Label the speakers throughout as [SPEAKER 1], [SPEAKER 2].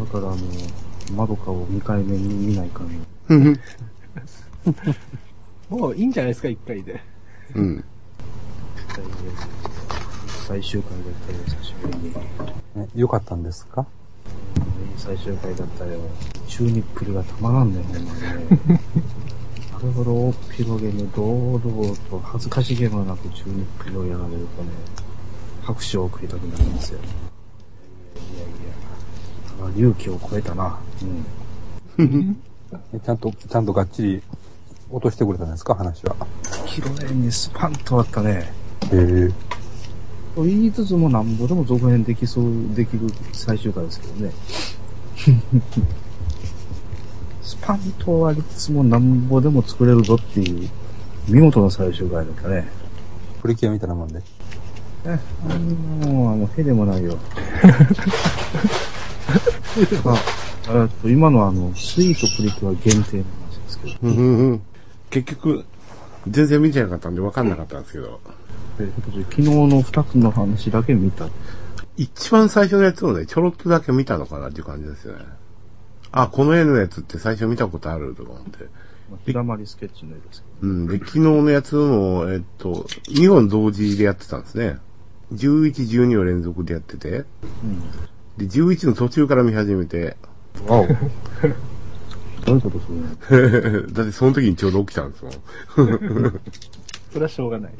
[SPEAKER 1] だからあの、まどかを2回目に見ないかね。
[SPEAKER 2] もういいんじゃないですか、一回で。
[SPEAKER 3] うん。
[SPEAKER 1] 大丈夫最終回だったよ、久しぶりに。
[SPEAKER 4] ね良かったんですか
[SPEAKER 1] 最終回だったよ。チューニップルがたまらんね、ほんまね。 あれほど大っ広げに堂々と恥ずかしげもなくチューニップルをやられるとね、拍手を送りたくなるんですよ。いやいや、ただ勇気を超えたな。うん。
[SPEAKER 4] えちゃんと、ちゃんとがっちり落としてくれたんですか話は。
[SPEAKER 1] 綺麗にスパンと終わったね。
[SPEAKER 4] へえ。
[SPEAKER 1] と言いつつもなんぼでも続編できそう、できる最終回ですけどね。スパンと終わりつつもなんぼでも作れるぞっていう、見事な最終回だったね。
[SPEAKER 4] プリキュアみたいなもんで。
[SPEAKER 1] え、あんなもう、あの、へでもないよ。あ、えっと、今のあの、スイートプリキュア限定の話ですけど、
[SPEAKER 3] うんうんうん結局、全然見てなかったんで分かんなかったんですけど、
[SPEAKER 1] えということで昨日の二つの話だけ見た。
[SPEAKER 3] 一番最初のやつをね、ちょろっとだけ見たのかなっていう感じですよね。あ、この絵のやつって最初見たことあるとか思って。
[SPEAKER 1] まあひだまりスケッチの絵ですけど。
[SPEAKER 3] うん。で、昨日のやつも、えっと、2本同時でやってたんですね。11、12を連続でやってて、で、11の途中から見始めて、
[SPEAKER 1] うん。わお。どういうことするの
[SPEAKER 3] だってその時にちょうど起きたんですもん。
[SPEAKER 2] それはしょうがない。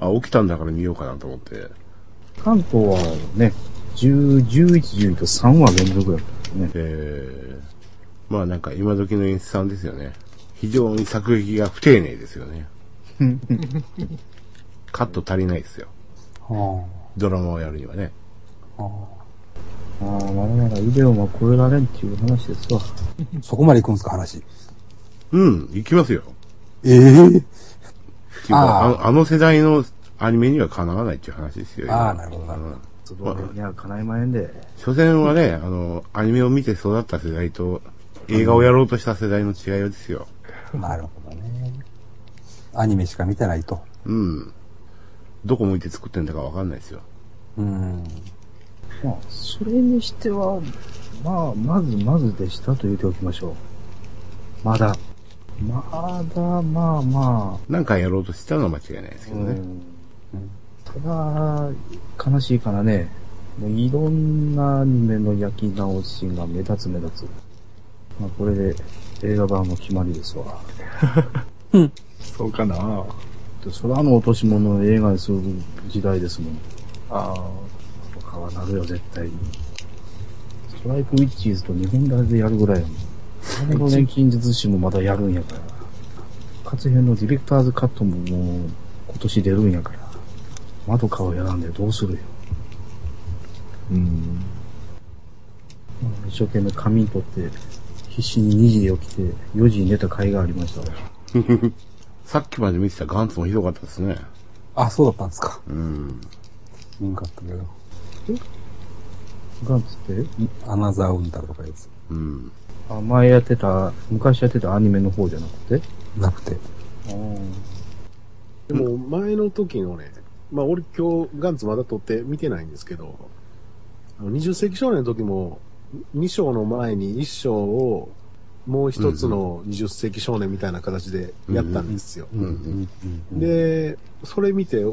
[SPEAKER 3] あ、起きたんだから見ようかなと思って。
[SPEAKER 1] 関東はね、10、11、12と3話連続だったんですね。
[SPEAKER 3] えー、まあなんか今時の演出さんですよね。非常に作劇が不丁寧ですよ ね。カット足りないですよ。
[SPEAKER 4] は
[SPEAKER 3] ドラマをやるにはね。
[SPEAKER 4] あ。は
[SPEAKER 1] ああ、まだまだイデオンは超えられんっていう話ですわ。
[SPEAKER 4] あ。そこまで行くんですか話。
[SPEAKER 3] うん、行きますよ。
[SPEAKER 4] ええ
[SPEAKER 3] っていうかあ
[SPEAKER 4] あー
[SPEAKER 3] のあの世代のアニメにはかなわないっていう話ですよ。
[SPEAKER 4] ああ、
[SPEAKER 3] 今
[SPEAKER 4] なるほど、なるほど。
[SPEAKER 1] そこには叶いまへんで。
[SPEAKER 3] 所詮はね、あの、アニメを見て育った世代と映画をやろうとした世代の違いですよ。
[SPEAKER 4] なるほどね。アニメしか見てないと。
[SPEAKER 3] うん。どこ向いて作ってんだかわかんないですよ。
[SPEAKER 4] うん。
[SPEAKER 1] まあ、それにしては、まあ、まずまずでしたと言っておきましょう。まだ。まだ、まあま
[SPEAKER 3] なんかやろうとしたのは間違いないです
[SPEAKER 1] あ。
[SPEAKER 3] けどね。
[SPEAKER 4] うん
[SPEAKER 1] ただ、悲しいからね、もういろんなアニメの焼き直しが目立つ目立つ。まあ、これで映画版も決まりですわ。
[SPEAKER 2] そうかなあ
[SPEAKER 1] でそれはあの落とし物を映画にする時代ですもん。
[SPEAKER 2] あー。
[SPEAKER 1] 他はなるよ、絶対に。ストライクウィッチーズと日本大でやるぐら いやもん。金の錬金術師もまだやるんやから。活編のディレクターズカットももう今年出るんやから。窓かをやらんでどうするよ。
[SPEAKER 2] うん。
[SPEAKER 1] まあ一生懸命仮眠取って、必死に2時に起きて、4時に寝た甲斐がありましたわ。
[SPEAKER 3] さっきまで見てたガンツもひどかったですね。
[SPEAKER 4] あ、そうだったんですか。
[SPEAKER 3] うん。
[SPEAKER 4] 見んかったけど。
[SPEAKER 1] ガンツって、
[SPEAKER 4] アナザーウンダルとかいうやつ。
[SPEAKER 3] うん。
[SPEAKER 1] あ前やってた、昔やってたアニメの方じゃなくて
[SPEAKER 4] なくて。
[SPEAKER 5] でも前の時のね、まあ俺今日ガンツまだ撮って見てないんですけど、あの20世紀少年の時も2章の前に1章をもう一つの20世紀少年みたいな形でやったんですよ。
[SPEAKER 3] うん
[SPEAKER 4] うんうん
[SPEAKER 5] で、それ見て、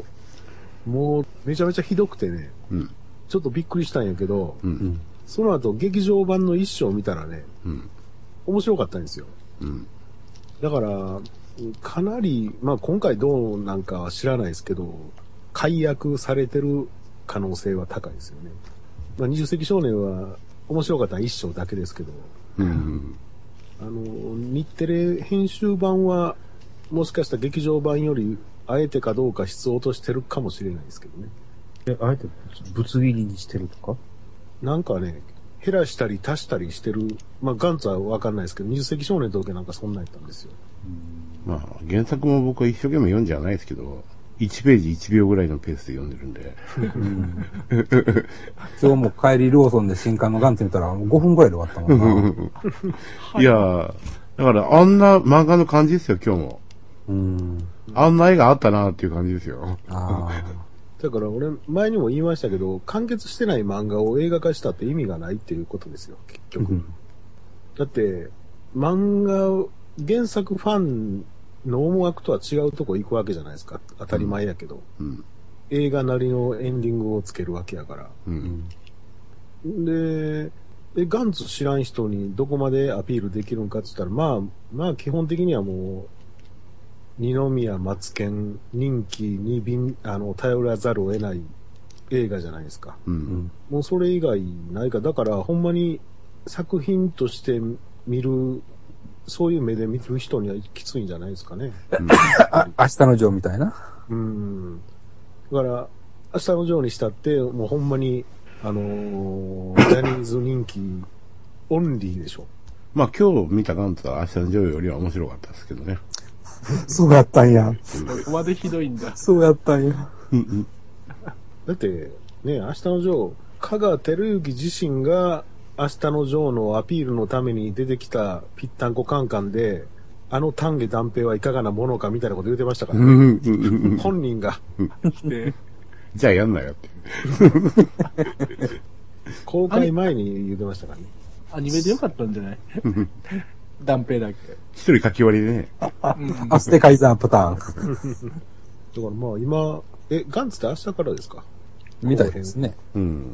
[SPEAKER 5] もうめちゃめちゃひどくてね、
[SPEAKER 3] うん。
[SPEAKER 5] ちょっとびっくりしたんやけど、
[SPEAKER 3] う。
[SPEAKER 4] うんん。
[SPEAKER 5] その後劇場版の1章見たらね、
[SPEAKER 3] うん。
[SPEAKER 5] 面白かったんですよ。
[SPEAKER 3] うん。
[SPEAKER 5] だから、かなり、まあ今回どうなんかは知らないですけど、解約されてる可能性は高いですよね。まあ20世紀少年は面白かったら一章だけですけど、
[SPEAKER 3] うん。
[SPEAKER 5] あの、日テレ編集版は、もしかしたら劇場版より、あえてかどうか質を落としてるかもしれないですけどね。
[SPEAKER 1] え、あえてぶつ切りにしてるとか
[SPEAKER 5] なんかね、減らしたり足したりしてる、まあガンツはわかんないですけど、20世紀少年の時はなんかそんなんやったんですよ。
[SPEAKER 3] まあ、原作も僕は一生懸命読んじゃないですけど、1ページ1秒ぐらいのペースで読んでるんで、
[SPEAKER 4] 今日も帰りローソンで新刊のガンツ見たら5分ぐらいで終わったもんな。
[SPEAKER 3] い、やー、だからあんな漫画の感じですよ、今日も。
[SPEAKER 4] うん。
[SPEAKER 3] あんな絵があったなーっていう感じですよ。
[SPEAKER 4] ああ。
[SPEAKER 5] だから俺、前にも言いましたけど、完結してない漫画を映画化したって意味がないっていうことですよ、結局。だって、漫画を、原作ファンの思惑とは違うとこ行くわけじゃないですか。当たり前やけど。
[SPEAKER 3] うん。
[SPEAKER 5] 映画なりのエンディングをつけるわけやから。
[SPEAKER 3] うん。
[SPEAKER 5] で、えガンツ知らん人にどこまでアピールできるんかって言ったら、まあ、まあ基本的にはもう、二宮松健人気にびんあの、頼らざるを得ない映画じゃないですか。
[SPEAKER 3] う。
[SPEAKER 4] うんん。
[SPEAKER 5] もうそれ以外ないか。だから、ほんまに作品として見る、そういう目で見る人にはきついんじゃないですかね。
[SPEAKER 4] あ、明日のジョーみたいな。
[SPEAKER 5] うん。だから、明日のジョーにしたって、もうほんまに、あのージャニーズ人気オンリーでしょ。
[SPEAKER 3] まあ今日見たガンツは明日のジョーよりは面白かったですけどね。
[SPEAKER 4] そうやったんや。
[SPEAKER 2] そこまでひどいんだ。
[SPEAKER 4] そうやったんや。
[SPEAKER 3] うんうん。
[SPEAKER 5] だって、ね、明日のジョー、香川照之自身が明日のジョーのアピールのために出てきたぴったんこカンカンで、あの丹下断平はいかがなものかみたいなこと言ってましたから、
[SPEAKER 3] うんうんうんうん
[SPEAKER 5] 本人が
[SPEAKER 2] で、
[SPEAKER 3] じゃあやんなよって。
[SPEAKER 5] 公開前に言ってましたからね。
[SPEAKER 2] アニメでよかったんじゃ ない断平だっ
[SPEAKER 3] 一人書き終わりでね。
[SPEAKER 2] け。うん
[SPEAKER 4] アステカイザーパターン。
[SPEAKER 5] だからまあ今、え、ガンツって明日からですか
[SPEAKER 4] みたいですね。
[SPEAKER 3] うん。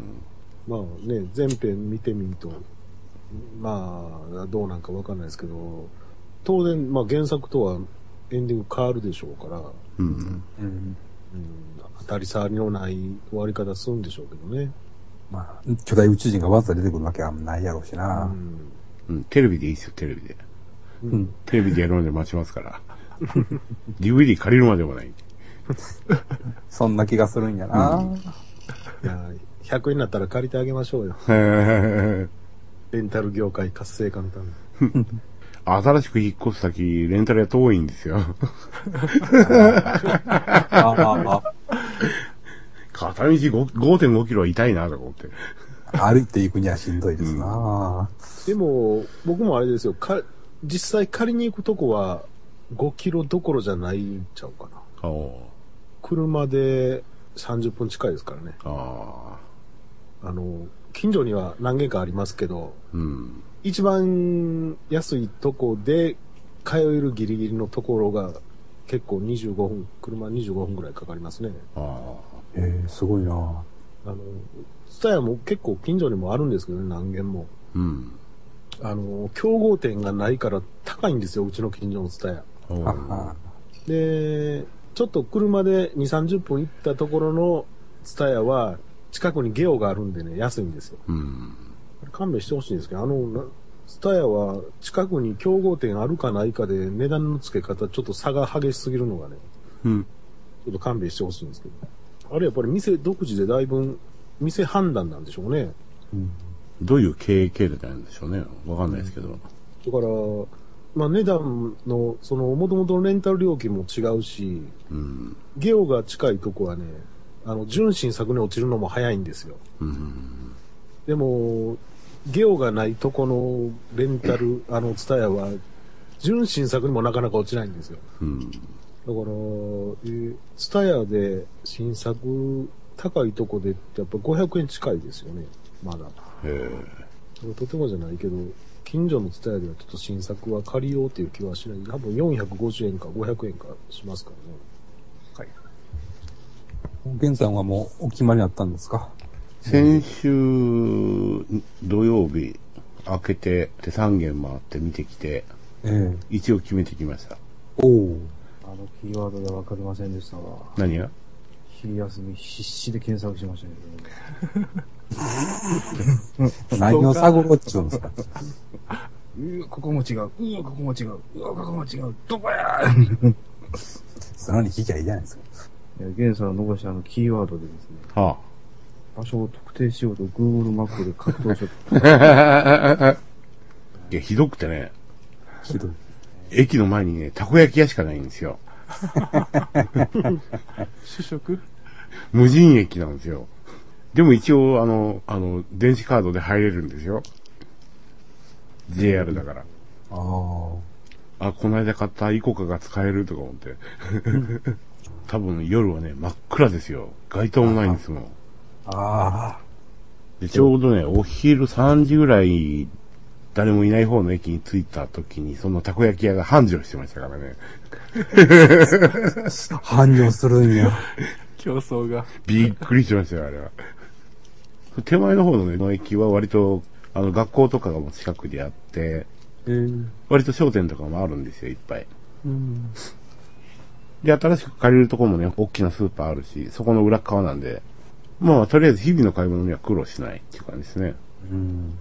[SPEAKER 5] まあね、全編見てみると、まあ、どうなんかわかんないですけど、当然、まあ原作とはエンディング変わるでしょうから、う
[SPEAKER 3] うん。
[SPEAKER 4] うん。
[SPEAKER 5] ん、当たり障りのない終わり方するんでしょうけどね。
[SPEAKER 4] まあ、巨大宇宙人がわざわざ出てくるわけはないやろうし
[SPEAKER 5] う
[SPEAKER 4] な。
[SPEAKER 5] ん
[SPEAKER 3] うん。テレビでいいですよ、テレビで。
[SPEAKER 4] うん。
[SPEAKER 3] テレビでやるまで待ちますから。DVD 借りるまでもない。
[SPEAKER 4] そんな気がするんやな。
[SPEAKER 5] いや100円になったら借りてあげましょうよ。レンタル業界活性化のために。
[SPEAKER 3] 新しく引っ越す先、レンタル屋遠いんですよ。
[SPEAKER 4] あああ
[SPEAKER 3] 片道5 5.5キロは痛いな、とか思って。
[SPEAKER 4] あ 歩いていくにはしんどいですな。
[SPEAKER 5] でも、僕もあれですよ、か実際借りに行くとこは5キロどころじゃないんちゃうかな。
[SPEAKER 3] あお
[SPEAKER 5] 車で30分近いですからね。
[SPEAKER 3] あ
[SPEAKER 5] あの、近所には何軒かありますけど、
[SPEAKER 3] ー。うん。
[SPEAKER 5] 一番安いとこで通えるギリギリのところが結構25分、車25分ぐらいかかりますね。
[SPEAKER 3] あ
[SPEAKER 4] えー、すごいな。
[SPEAKER 5] あの、スタヤも結構近所にもあるんですけどね、何軒も。
[SPEAKER 3] ー。うん。
[SPEAKER 5] あの、競合店がないから高いんですよ、うちの近所のスタヤ。
[SPEAKER 3] お
[SPEAKER 4] あ
[SPEAKER 3] ー
[SPEAKER 4] あ
[SPEAKER 5] で、ちょっと車で2、30分行ったところのツタヤは、近くにゲオがあるんでね、安いんですよ。
[SPEAKER 3] うん。
[SPEAKER 5] これ勘弁してほしいんですけど、あの、なツタヤは近くに競合店あるかないかで値段の付け方、ちょっと差が激しすぎるのがね、
[SPEAKER 3] うん。
[SPEAKER 5] ちょっと勘弁してほしいんですけど。あれやっぱり店独自でだいぶ、店判断なんでしょうね。
[SPEAKER 3] どういう経営経路なんでしょうね。わかんないですけど。
[SPEAKER 5] だから、まあ値段の、その、元々のレンタル料金も違うし、
[SPEAKER 3] うん。
[SPEAKER 5] ゲオが近いとこはね、あの、純真作に落ちるのも早いんですよ。
[SPEAKER 3] うん。
[SPEAKER 5] でも、ゲオがないとこのレンタル、あの、ツタヤは、純真作にもなかなか落ちないんですよ。
[SPEAKER 3] うん。
[SPEAKER 5] だから、えーツタヤで新作、高いとこでってやっぱ500円近いですよね、まだ。だか
[SPEAKER 3] へえ。
[SPEAKER 5] らとてもじゃないけど、近所のツタヤではちょっと新作は借りようっていう気はしない。多分450円か500円かしますからね。
[SPEAKER 4] 源さんはもうお決まりだったんですか
[SPEAKER 3] 先週土曜日明けて手3軒回って見てきて
[SPEAKER 4] ええー。
[SPEAKER 3] 一応決めてきました
[SPEAKER 4] おお。
[SPEAKER 1] あのキーワードがわかりませんでしたが、
[SPEAKER 3] 何が
[SPEAKER 1] 昼休み必死で検索しましたけ
[SPEAKER 4] 何を探ろうっちゅうんですか
[SPEAKER 1] どね。うわ、ここも違う。うわ、ここも違う。うわ、ここも違う。どこや
[SPEAKER 4] そのに聞きゃいいじゃないですか。
[SPEAKER 1] いやゲンさんを逃したあのキーワードでですね、
[SPEAKER 3] は
[SPEAKER 1] 場所を特定しようと Google マップで格闘し ようと。
[SPEAKER 3] あ、 いやひどくてね
[SPEAKER 4] ひどい。
[SPEAKER 3] 駅の前にねたこ焼き屋しかないんですよ
[SPEAKER 2] 主食
[SPEAKER 3] 無人駅なんですよでも一応あのあの電子カードで入れるんですよ JR だから
[SPEAKER 4] ああ。
[SPEAKER 3] あ、この間買ったイコカが使えるとか思って。 多分夜はね、真っ暗ですよ。街灯もないんですもん。
[SPEAKER 4] ああ。
[SPEAKER 3] で、ちょうどね、お昼3時ぐらい、誰もいない方の駅に着いた時に、そのたこ焼き屋が繁盛してましたからね。
[SPEAKER 4] 繁盛するんや。
[SPEAKER 2] 競争が。
[SPEAKER 3] びっくりしましたよ、あれは。手前の方のね、の駅は割と、あの、学校とかがもう近くであって、
[SPEAKER 4] えー、
[SPEAKER 3] 割と商店とかもあるんですよ、いっぱい。
[SPEAKER 4] うん。
[SPEAKER 3] で、新しく借りるとこもね、大きなスーパーあるし、そこの裏側なんで、まあ、とりあえず日々の買い物には苦労しないっていう感じですね。
[SPEAKER 4] うん。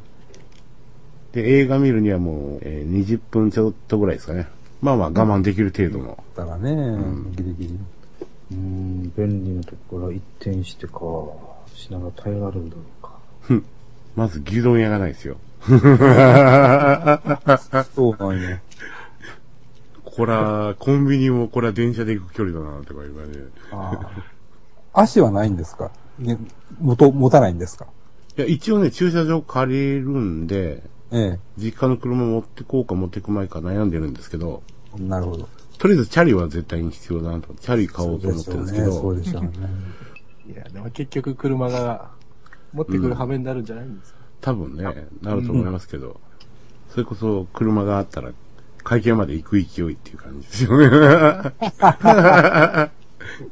[SPEAKER 3] で、映画見るにはもう、えー20分ちょっとぐらいですかね。まあまあ、我慢できる程度の。
[SPEAKER 4] だからね、ギリギリ。
[SPEAKER 1] うーん、便利なところから一転してか、品が耐えられるだろうか。
[SPEAKER 3] まず牛丼屋がないですよ。
[SPEAKER 4] そうなんや。
[SPEAKER 3] こら、コンビニもこら電車で行く距離だなとか今ね。
[SPEAKER 4] 足はないんですかいや持と、持たないんですか
[SPEAKER 3] いや、一応ね、駐車場借りるんで、
[SPEAKER 4] え
[SPEAKER 3] 実家の車持ってこうか持ってくまいか悩んでるんですけど、
[SPEAKER 4] えなるほど。
[SPEAKER 3] とりあえずチャリは絶対に必要だなと、チャリ買おうと
[SPEAKER 4] で
[SPEAKER 3] 思っ
[SPEAKER 4] す
[SPEAKER 3] てる
[SPEAKER 4] よ
[SPEAKER 3] んです
[SPEAKER 4] ね
[SPEAKER 3] け。ど、
[SPEAKER 4] そうでしょ うね。
[SPEAKER 2] いや、でも結局車が持ってくる羽目になるんじゃないんですか。
[SPEAKER 3] 多分ね、なると思いますけど、それこそ車があったら、会計まで行く勢いっていう感じですよ ね。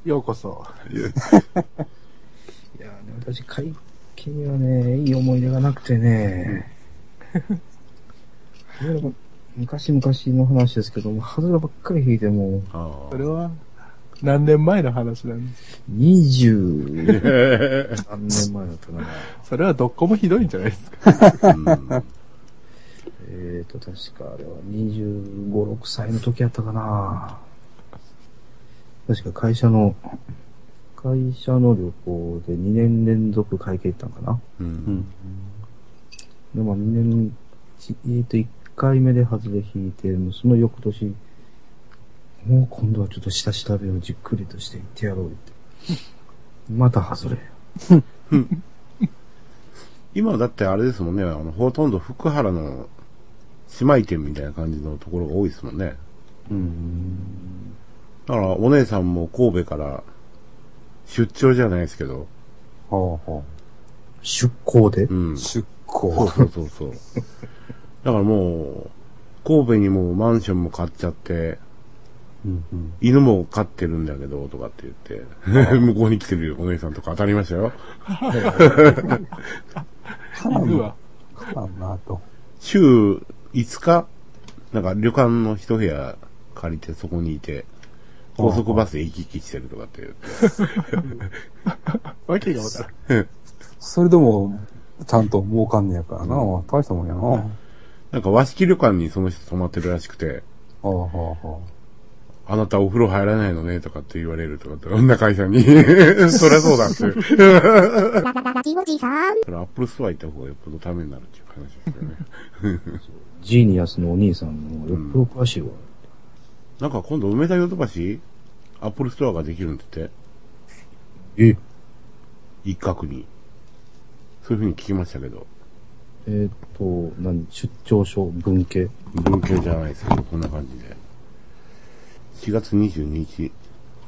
[SPEAKER 2] ようこそ。
[SPEAKER 1] いやーね、私、会計にはね、いい思い出がなくてね、いろいろ昔々の話ですけども、ハズレばっかり引いても
[SPEAKER 3] あ
[SPEAKER 2] それは何年前の話なんです
[SPEAKER 1] う、20
[SPEAKER 3] ー
[SPEAKER 1] 何年前だったかな。
[SPEAKER 2] それはどこもひどいんじゃないですか。
[SPEAKER 3] うん
[SPEAKER 1] えーと、確かあれは25、6歳の時やったかな。確か会社の、会社の旅行で2年連続会計行ったんかな。
[SPEAKER 3] う
[SPEAKER 4] うんん。
[SPEAKER 1] で、まあ、2年、ちえーと、1回目で外れ引いて、もうその翌年、もう今度はちょっと下調べをじっくりとしていってやろうって。また外れ。
[SPEAKER 3] 今だってあれですもんね、あの、ほとんど福原の姉妹店みたいな感じのところが多いですもんね。
[SPEAKER 4] うん。
[SPEAKER 3] だから、お姉さんも神戸から出張じゃないですけど、
[SPEAKER 4] ほうほ
[SPEAKER 1] 出向で
[SPEAKER 3] う。ん
[SPEAKER 4] う。。出
[SPEAKER 3] そう
[SPEAKER 4] 向。
[SPEAKER 3] そうそうそう。だからもう、神戸にもうマンションも買っちゃって、
[SPEAKER 4] うんうん。
[SPEAKER 3] 犬も飼ってるんだけど、とかって言って、 向こうに来てるお姉さんとか当たりましたよ。
[SPEAKER 2] 犬は。
[SPEAKER 4] かなと。
[SPEAKER 3] 週5日、なんか旅館の一部屋借りてそこにいて、高速バスで行き来してるとかっていう。
[SPEAKER 2] わけがわからん。
[SPEAKER 4] それでも、ちゃんと儲かんねやからな。大したもんやな。あ
[SPEAKER 3] なんか和式旅館にその人泊まってるらしくて、
[SPEAKER 4] あ、はあ、は
[SPEAKER 3] あなたお風呂入らないのねとかって言われるとかって、女会社に。そ りゃそうだっていう。それアップルストア行った方がよっぽどためになるっていう話ですよね。
[SPEAKER 1] ジーニアスのお兄さんのよっぽど詳しいわ。
[SPEAKER 3] なんか今度梅田ヨドバシ、アップルストアができるんだって、
[SPEAKER 1] え
[SPEAKER 3] 一角に。そういう風に聞きましたけど、
[SPEAKER 1] えーっと、何出張書文系
[SPEAKER 3] 文系じゃないですけど、こんな感じで。4月22日、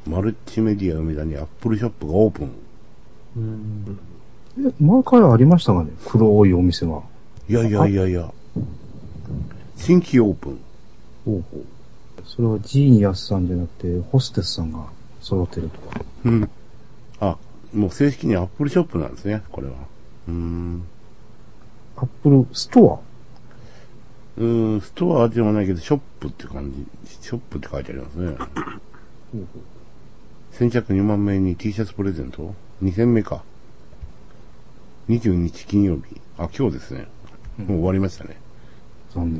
[SPEAKER 3] マルチメディア梅田にアップルショップがオープン。
[SPEAKER 1] え、前からありましたかね黒多いお店は。
[SPEAKER 3] いやいやいやいや。新規オープン。
[SPEAKER 1] ほうほう。それはジーニアスさんじゃなくて、ホステスさんが揃ってるとか。
[SPEAKER 3] うん。あ、もう正式にアップルショップなんですね、これは。うーん。
[SPEAKER 1] アップルスト
[SPEAKER 3] うーん、ストアではないけど、ショップって感じ。ショップって書いてありますね。先着2万名に T シャツプレゼント ?2000 名か。22日金曜日。あ、今日ですね。もう終わりましたね。
[SPEAKER 1] ア残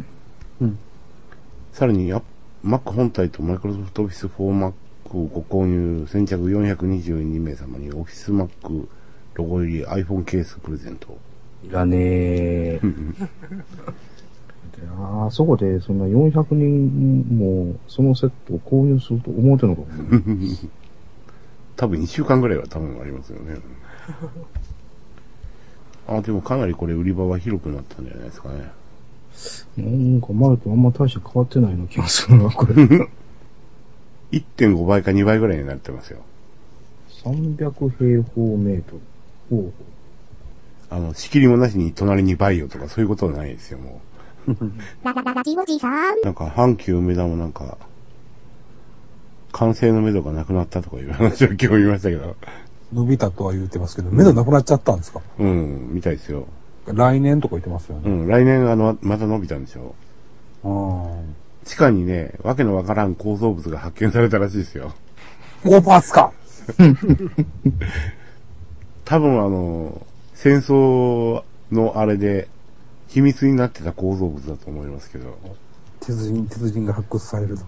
[SPEAKER 1] 念。
[SPEAKER 3] さらに、アップ Mac 本体と Microsoft Office for Mac をご購入、先着422名様に Office Mac ロゴ入り iPhone ケースプレゼント。
[SPEAKER 1] いらねえ。あそこで、そんな400人も、そのセットを購入すると思うてんのか。
[SPEAKER 3] 多分1週間ぐらいは多分ありますよね。あ、でもかなりこれ売り場は広くなったんじゃないですかね。
[SPEAKER 1] なんか前とあんま大して変わってないような気がするな、これ。
[SPEAKER 3] 1.5倍か2倍ぐらいになってますよ。
[SPEAKER 1] 300平方メートル。ほう
[SPEAKER 3] あの、仕切りもなしに隣に倍よとかそういうことはないですよ、も
[SPEAKER 6] ララララジオジさん。
[SPEAKER 3] う。なんか、阪急梅田もなんか、完成の目処がなくなったとかいう話を今日見ましたけど、
[SPEAKER 4] 伸びたとは言ってますけど、目がなくなっちゃったんですか
[SPEAKER 3] うん、みたいですよ。
[SPEAKER 4] 来年とか言ってますよ
[SPEAKER 3] う
[SPEAKER 4] ね。
[SPEAKER 3] ん、来年あの、また伸びたんでしょ
[SPEAKER 4] うん。
[SPEAKER 3] 地下にね、わけのわからん構造物が発見されたらしいですよ。
[SPEAKER 4] オーパーツか
[SPEAKER 3] 多分あの、戦争のあれで、秘密になってた構造物だと思いますけど、
[SPEAKER 4] 鉄人、鉄人が発掘されると。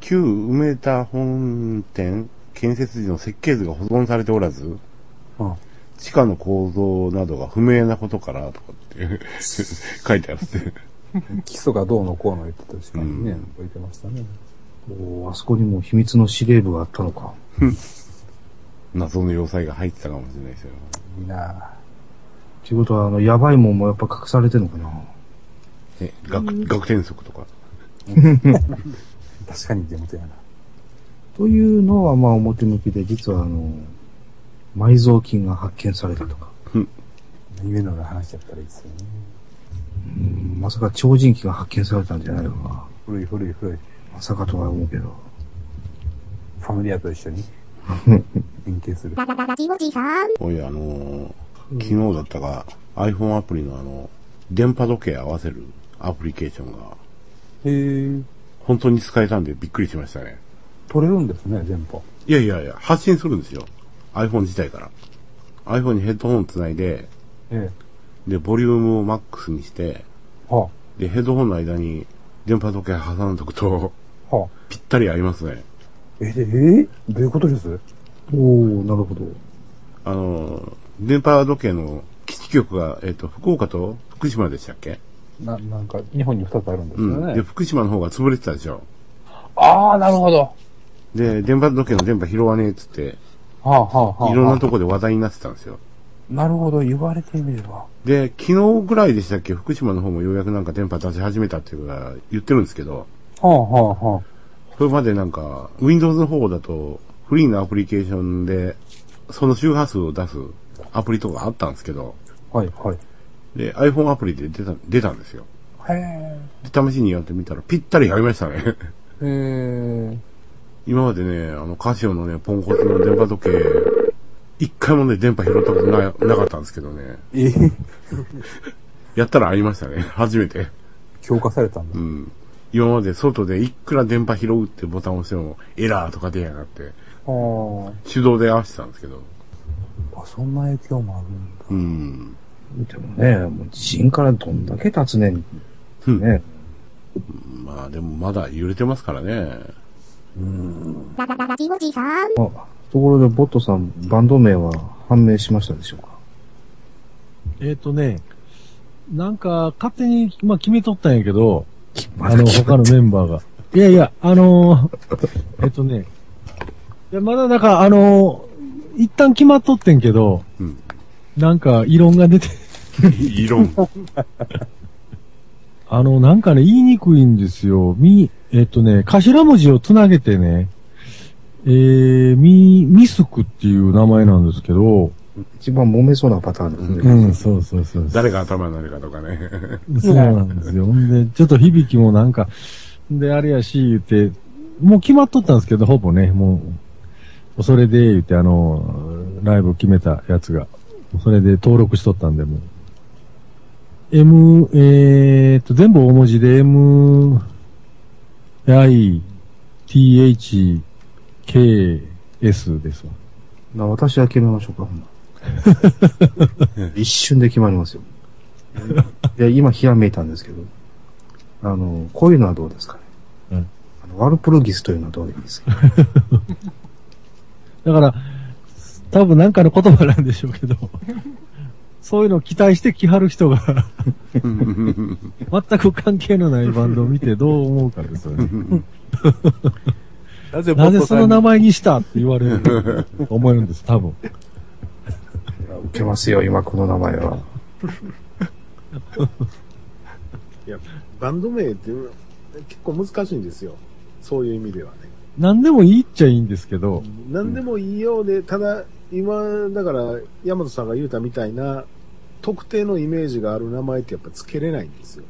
[SPEAKER 3] 旧梅田本店建設時の設計図が保存されておらず、
[SPEAKER 4] うん。
[SPEAKER 3] 地下の構造などが不明なことから、とかって書いてあるって。
[SPEAKER 4] 基礎がどうのこうの言ってたしかにね、
[SPEAKER 3] うん
[SPEAKER 4] 言ってましたね。
[SPEAKER 1] おーあそこにも秘密の司令部があったのか。
[SPEAKER 3] 謎の要塞が入ってたかもしれないですよ。
[SPEAKER 4] いいな
[SPEAKER 1] っていうことは、あの、やばいもんもやっぱ隠されてんのかな。
[SPEAKER 3] ね、学、学天則とか。
[SPEAKER 4] ぁ確かに地元やな。
[SPEAKER 1] というのは、まあ、表向きで、実は、あの、埋蔵金が発見されたとか、
[SPEAKER 4] 夢のような話だったらいいですよね。
[SPEAKER 1] うんまさか超人機が発見されたんじゃないのか。
[SPEAKER 4] 古い古い古い。
[SPEAKER 1] まさかとは思うけど。
[SPEAKER 4] ファミリアと一 緒に連携する。
[SPEAKER 6] ララララジオジさん。
[SPEAKER 3] おい、あのー昨日だったか、iPhone アプリのあの、電波時計合わせるアプリケーションが、
[SPEAKER 4] へー
[SPEAKER 3] 本当に使えたんでびっくりしましたね。
[SPEAKER 4] 取れるんですね、電波。
[SPEAKER 3] いやいやいや、発信するんですよ。iPhone 自体から。iPhone にヘッドホンつないで、
[SPEAKER 4] え
[SPEAKER 3] で、ボリュームをマックスにして、
[SPEAKER 4] え。は
[SPEAKER 3] で、ヘッドホンの間に電波時計挟んどくと、
[SPEAKER 4] あ、はあ。
[SPEAKER 3] ぴったり合いますね。
[SPEAKER 4] え、えー、どういうことです
[SPEAKER 1] おー、なるほど。
[SPEAKER 3] あの、電波時計の基地局が、えっ、と、福岡と福島でしたっけ
[SPEAKER 4] な、なんか、日本に二つあるんです
[SPEAKER 3] う
[SPEAKER 4] よ
[SPEAKER 3] ん。
[SPEAKER 4] ね。
[SPEAKER 3] で、福島の方が潰れてたでしょ。
[SPEAKER 4] ああ、なるほど。は
[SPEAKER 3] で、電波時計の電波拾わねえっつって、
[SPEAKER 4] あ、はあ、はあ。
[SPEAKER 3] いろんなとこで話題になってたんですよ。
[SPEAKER 4] なるほど、言われてみれば。
[SPEAKER 3] で、昨日ぐらいでしたっけ、福島の方もようやくなんか電波出し始めたっていうか言ってるんですけど、
[SPEAKER 4] はあ、はあ、は
[SPEAKER 3] それまでなんか、Windows の方だと、フリーのアプリケーションで、その周波数を出すアプリとかあったんですけど、
[SPEAKER 4] あ。はい、はい。
[SPEAKER 3] で、iPhone アプリで出た、出たんですよ。
[SPEAKER 4] へ
[SPEAKER 3] で、試しにやってみたら、ぴったり合いましたね。
[SPEAKER 4] え。へえ。
[SPEAKER 3] 今までね、あの、カシオのね、ポンコツの電波時計、一回もね、電波拾ったことな、なかったんですけどね。
[SPEAKER 4] えー、
[SPEAKER 3] やったら合いましたね。 初めて。
[SPEAKER 4] 強化されたんだ
[SPEAKER 3] う。ん。今まで外でいくら電波拾うってボタンを押しても、エラーとか出やがって、
[SPEAKER 4] は
[SPEAKER 3] 手動で合わせてたんですけど。
[SPEAKER 4] あ。あ、そんな影響もあるんだ。
[SPEAKER 3] うん。
[SPEAKER 1] でもね、もう地震からどんだけ経つねん。
[SPEAKER 3] うん
[SPEAKER 1] ね。
[SPEAKER 3] まあでもまだ揺れてますからね。
[SPEAKER 6] ララララジオジさん。
[SPEAKER 1] ところで、ボットさん、バンド名は判明しましたでしょうか
[SPEAKER 7] えっ、とね、なんか、勝手に、まあ、決めとったんやけど、
[SPEAKER 1] ま
[SPEAKER 7] あ
[SPEAKER 1] だ
[SPEAKER 7] の、
[SPEAKER 1] 決
[SPEAKER 7] 他のメンバーが。いやいや、あの ーえっとね、いや、まだなんか、あのー一旦決まっとってんけど、
[SPEAKER 3] うん
[SPEAKER 7] なんか、異論が出て、
[SPEAKER 3] 異論。
[SPEAKER 7] あの、なんかね、言いにくいんですよ。み、えっとね、頭文字をつなげてね、えー、み、ミスクっていう名前なんですけど、
[SPEAKER 1] 一番揉めそうなパターンですね。
[SPEAKER 7] うん、そうそうそうそう。
[SPEAKER 3] 誰が頭になるかとかね。
[SPEAKER 7] そうなんですよ。ほんで、ちょっと響きもなんか、で、あれやし、言って、もう決まっとったんですけど、ほぼね、もう、それで、言って、あの、ライブ決めたやつが、それで登録しとったんで、もう。M、えーっと、全部大文字で、M、I、T、H、K、S ですわ。
[SPEAKER 1] な私は決めましょうか、ほんなら一瞬で決まりますよ。いや、今、ひらめいたんですけど、あの、こういうのはどうですかね。
[SPEAKER 7] うん
[SPEAKER 1] あのワルプルギスというのはどうでいいですか
[SPEAKER 7] だから、多分なんかの言葉なんでしょうけど、そういうのを期待して来はる人が、 全く関係のないバンドを見てどう思うかですよ ね。
[SPEAKER 2] なぜ
[SPEAKER 7] なぜその名
[SPEAKER 2] 前
[SPEAKER 7] 前にしたって言われると思えるんで す、多分。
[SPEAKER 1] 受けますよ、今この名前は。
[SPEAKER 5] いや、バンド名っていうのは結構難しいんですよ。そういう意味ではね。
[SPEAKER 7] 何でもいいっちゃいいんですけど、
[SPEAKER 5] 何でもいいようで、ただ、今、だから、ヤマトさんが言うたみたいな、特定のイメージがある名前ってやっぱ付けれないんですよ。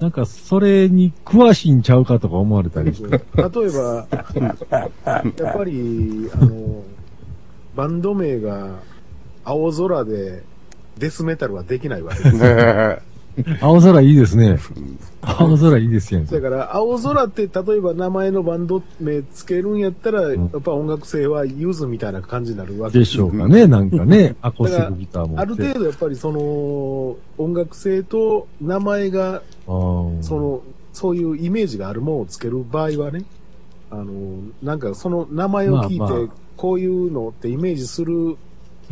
[SPEAKER 7] なんかそれに詳しいんちゃうかとか思われたりして。
[SPEAKER 5] 例えば、やっぱり、あの、バンド名が青空でデスメタルはできないわけですよ。
[SPEAKER 7] 青空いいですね。青空いいですよね。
[SPEAKER 5] だから、青空って例えば名前のバンド名つけるんやったら、やっぱ音楽性はユーズみたいな感じになるわけ
[SPEAKER 7] でしょうかね、なんかね、アコースティックギターも。
[SPEAKER 5] ある程度やっぱりその、音楽性と名前が、
[SPEAKER 7] 度
[SPEAKER 5] その、そういうイメージがあるものをつける場合はね、あの、なんかその名前を聞いて、
[SPEAKER 7] まあまあ
[SPEAKER 5] こういうのってイメージする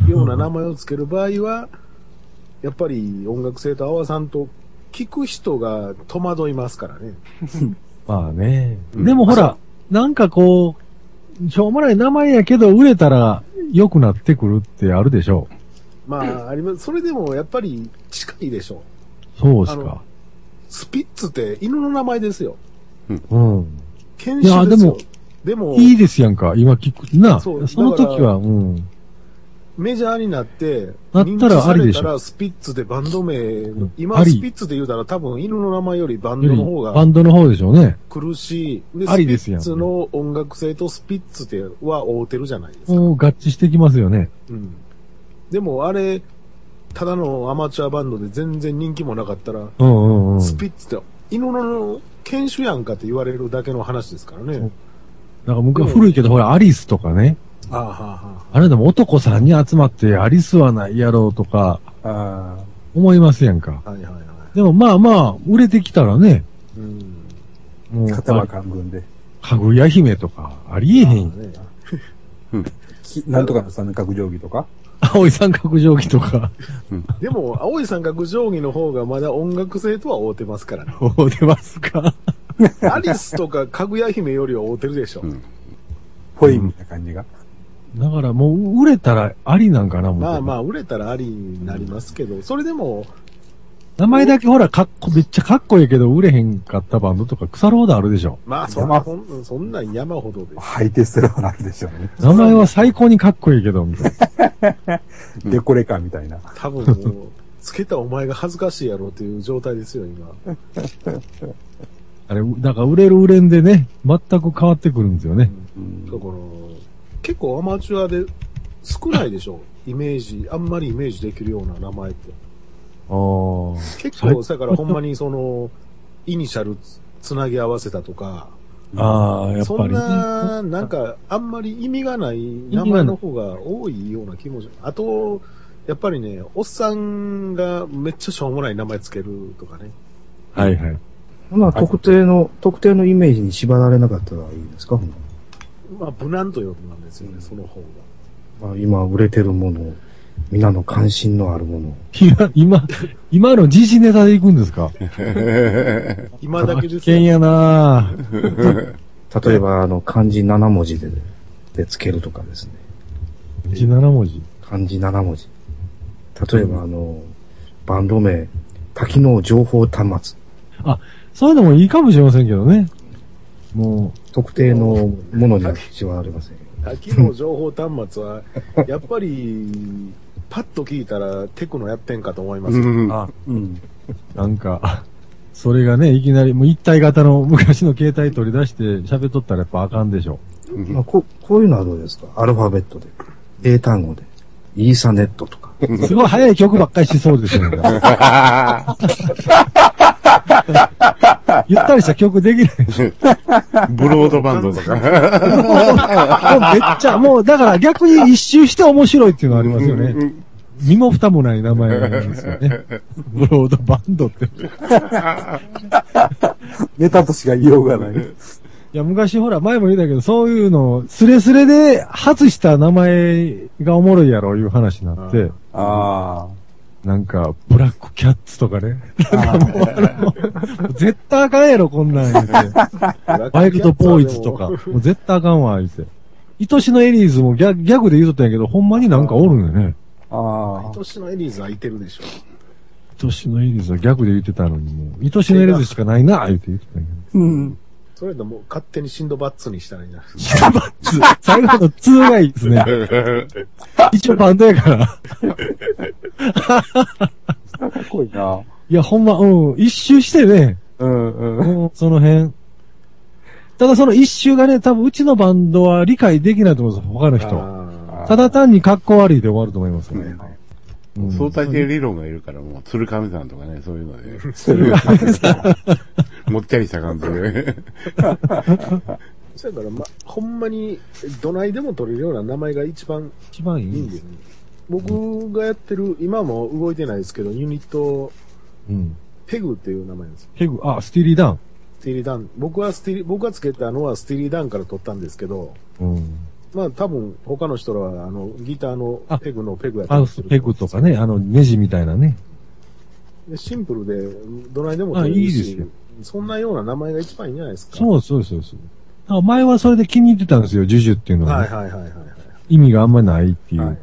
[SPEAKER 5] ような名前をつける場合は、やっぱり音楽性と合わさんと、聞く人が戸惑いますからね。
[SPEAKER 7] まあね。でもほら、なんかこう、しょうもない名前やけど、売れたら良くなってくるってあるでしょ
[SPEAKER 5] まあ、あります。それでもやっぱり近いでしょう。
[SPEAKER 7] う。そうですか。
[SPEAKER 5] スピッツって犬の名前ですよ。
[SPEAKER 7] うん。
[SPEAKER 5] 犬種ですよ。でも、
[SPEAKER 7] いいですやんか、今聞くな。
[SPEAKER 5] そ
[SPEAKER 7] そうの時は、うん。
[SPEAKER 5] メジャーになって、
[SPEAKER 7] なったらありでし
[SPEAKER 5] 認知さ
[SPEAKER 7] ょ
[SPEAKER 5] れたらスピッツでバンド名
[SPEAKER 7] ん、
[SPEAKER 5] 今
[SPEAKER 7] あり
[SPEAKER 5] スピッツで言うたら多分犬の名前よりバンド
[SPEAKER 7] よ
[SPEAKER 5] の
[SPEAKER 7] り
[SPEAKER 5] 方
[SPEAKER 7] バ
[SPEAKER 5] が
[SPEAKER 7] ンドの方でしょうね。
[SPEAKER 5] 苦しい。で、
[SPEAKER 7] あ
[SPEAKER 5] ス
[SPEAKER 7] り
[SPEAKER 5] ピ
[SPEAKER 7] です
[SPEAKER 5] ッ
[SPEAKER 7] やん
[SPEAKER 5] ツの音楽性とスピッツでは合うてるじゃないですか。
[SPEAKER 7] もう合致してきますよね。
[SPEAKER 5] うん。でもあれ、ただのアマチュアバンドで全然人気もなかったら、
[SPEAKER 7] うんうんうん。
[SPEAKER 5] スピッツって犬の犬種やんかって言われるだけの話ですからね。
[SPEAKER 7] なんか昔古いけど、ほら、アリスとかね。
[SPEAKER 5] ああはあは
[SPEAKER 7] あれでも男さんに集まって、アリスはないやろうとか、
[SPEAKER 4] あ
[SPEAKER 7] 思いますやんか。
[SPEAKER 5] あ。はいはいはい。
[SPEAKER 7] でもまあまあ、売れてきたらね、
[SPEAKER 5] うん。
[SPEAKER 7] もう、
[SPEAKER 4] あ、片場官軍で。
[SPEAKER 7] かぐや姫とか、ありえへん。
[SPEAKER 5] ね
[SPEAKER 4] きなんとかの三角定規とか。
[SPEAKER 7] 青い三角定規 とか、
[SPEAKER 5] でも、青い三角定規の方がまだ音楽性とは合うてますからね。
[SPEAKER 7] 出ますか
[SPEAKER 5] アリスとかかぐや姫よりは合うてるでしょ。
[SPEAKER 3] うん
[SPEAKER 4] ポエムな感じが。
[SPEAKER 7] だからもう、売れたらありなんかな、もう。
[SPEAKER 5] まあまあ、売れたらありになりますけど、それでも、
[SPEAKER 7] 名前だけほら、かっこ、めっちゃかっこいいけど、売れへんかったバンドとか、腐るほどあるでしょ。
[SPEAKER 5] まあそんな、ほんそんなん山ほどです。
[SPEAKER 4] ハイテストラあるでしょうね。
[SPEAKER 7] 名前は最高にかっこいいけど、みたい
[SPEAKER 3] う
[SPEAKER 7] な。
[SPEAKER 3] ん
[SPEAKER 4] デコレカみたいな。
[SPEAKER 5] 多分もう、つけたお前が恥ずかしいやろっていう状態ですよ、今。
[SPEAKER 7] あれ、だから売れる売れんでね、全く変わってくるんですよね。
[SPEAKER 5] だから、結構アマチュアで少ないでしょ。イメージ、あんまりイメージできるような名前って。
[SPEAKER 7] ああ。
[SPEAKER 5] 結構、だからほんまにその、イニシャルつつなぎ合わせたとか、
[SPEAKER 7] ああ、やっ
[SPEAKER 5] そ
[SPEAKER 7] ぱ
[SPEAKER 5] ん
[SPEAKER 7] りね。
[SPEAKER 5] な、なんか、あんまり意味がない名前の方が多いような気もしあと、やっぱりね、おっさんがめっちゃしょうもない名前つけるとかね。
[SPEAKER 7] はいはい。
[SPEAKER 1] まあ、特定の、特定のイメージに縛られなかったらいいんですかほんな
[SPEAKER 5] まあ、無難ということなんですよね、その方
[SPEAKER 1] ら
[SPEAKER 5] が。
[SPEAKER 1] まあ、今売れてるもの、皆の関心のあるもの。
[SPEAKER 7] 今、今、今の時事ネタで行くんですか
[SPEAKER 5] 今だけです
[SPEAKER 7] 危険
[SPEAKER 5] よ。
[SPEAKER 7] やなぁ
[SPEAKER 1] 例えば、あの、漢字7文字で、でつけるとかですね。
[SPEAKER 7] 17文字。
[SPEAKER 1] 漢字7文字。例えば、あの、バンド名、多機能情報端末。
[SPEAKER 7] そういうのもいいかもしれませんけどね。も
[SPEAKER 1] 特定のものには縛られません。
[SPEAKER 5] 秋の情報端末は、やっぱり、パッと聞いたらテクノやってんかと思いますよ。
[SPEAKER 3] うん
[SPEAKER 4] あ、うん。
[SPEAKER 7] う、なんか、それがね、いきなり、もう一体型の昔の携帯取り出して喋っとったらやっぱあかんでしょ。
[SPEAKER 1] まあ、こう、こういうのはどうですかアルファベットで。英単語で。イーサネットとか。
[SPEAKER 7] すごい早い曲ばっかりしそうですよね。 ゆったりした曲できない。
[SPEAKER 3] ブロードバンドとか。
[SPEAKER 7] もうめっちゃ、もうだから逆に一周して面白いっていうのありますよ
[SPEAKER 3] う
[SPEAKER 7] ね。
[SPEAKER 3] ん
[SPEAKER 7] 身も蓋もない名前なんですよね。ブロードバンドって。い
[SPEAKER 4] ネタとしか言いようがない。
[SPEAKER 7] や、昔ほら、前も言ったけど、そういうの、スレスレで外した名前がおもろいやろ、いう話になって、
[SPEAKER 4] あ
[SPEAKER 7] なんか、ブラックキャッツとかね。 なんかもうあの絶対あかんやろ、こんなん言うて。ワイルドボーイズとか。もう絶対あかんわ、言うて。愛しのエリーズもギャギャグで言うとったんやけど、ほんまになんかおるんよね。
[SPEAKER 4] あ。ああ。
[SPEAKER 5] 年のエリーズはいてるでしょ。
[SPEAKER 7] 愛しのエリーズは逆で言ってたのに、もう、愛しのエリーズしかないな、言って言ってたけど。
[SPEAKER 8] うん。
[SPEAKER 5] それでもう勝手にシンドバッツにしたらいいんじゃないですか。
[SPEAKER 7] ツー最後の2がいいですね。 一応バンドやから。
[SPEAKER 4] かっこいいな。
[SPEAKER 7] いや、ほんま、うん、一周してね、
[SPEAKER 4] うんうん。
[SPEAKER 7] もうその辺。ただその一周がね、多分うちのバンドは理解できないと思うんですよ、他の人。
[SPEAKER 5] あ
[SPEAKER 7] ただ単に格好悪いで終わると思いますよね。うん
[SPEAKER 3] 相対性理論がいるから、もう、鶴亀さんとかね、そういうの で、もったりした感じで。
[SPEAKER 5] ーそやから、ま、ほんまに、どないでも取れるような名前が一番
[SPEAKER 7] 一番い
[SPEAKER 5] いい
[SPEAKER 7] い
[SPEAKER 5] んで
[SPEAKER 7] で
[SPEAKER 5] すすね。僕がやってる、今も動いてないですけど、ユニット、
[SPEAKER 7] うん。
[SPEAKER 5] ペグっていう名前なんですよ。
[SPEAKER 7] 結構、あ、スティーリーダン。
[SPEAKER 5] スティーリーダン。僕はスティーリ僕がつけたのはスティーリーダンから取ったんですけど、
[SPEAKER 7] うん。
[SPEAKER 5] まあ多分他の人らは、あの、ギターの
[SPEAKER 7] あ
[SPEAKER 5] ペグのペグやった
[SPEAKER 7] ア
[SPEAKER 5] り
[SPEAKER 7] ウ
[SPEAKER 5] す
[SPEAKER 7] ス
[SPEAKER 5] る
[SPEAKER 7] ペグとかね、あの、ネジみたいなね。
[SPEAKER 5] でシンプルで、どないでも取れる
[SPEAKER 7] あいい
[SPEAKER 5] し
[SPEAKER 7] ですよ
[SPEAKER 5] そんなような名前が一番いいんじゃないですか。
[SPEAKER 7] そうそうそうそう。だから前はそれで気に入ってたんですよ、ジュジュっていうのは
[SPEAKER 5] は
[SPEAKER 7] ね
[SPEAKER 5] い。はいはいはいはい。
[SPEAKER 7] 意味があんまないっていう。
[SPEAKER 5] はい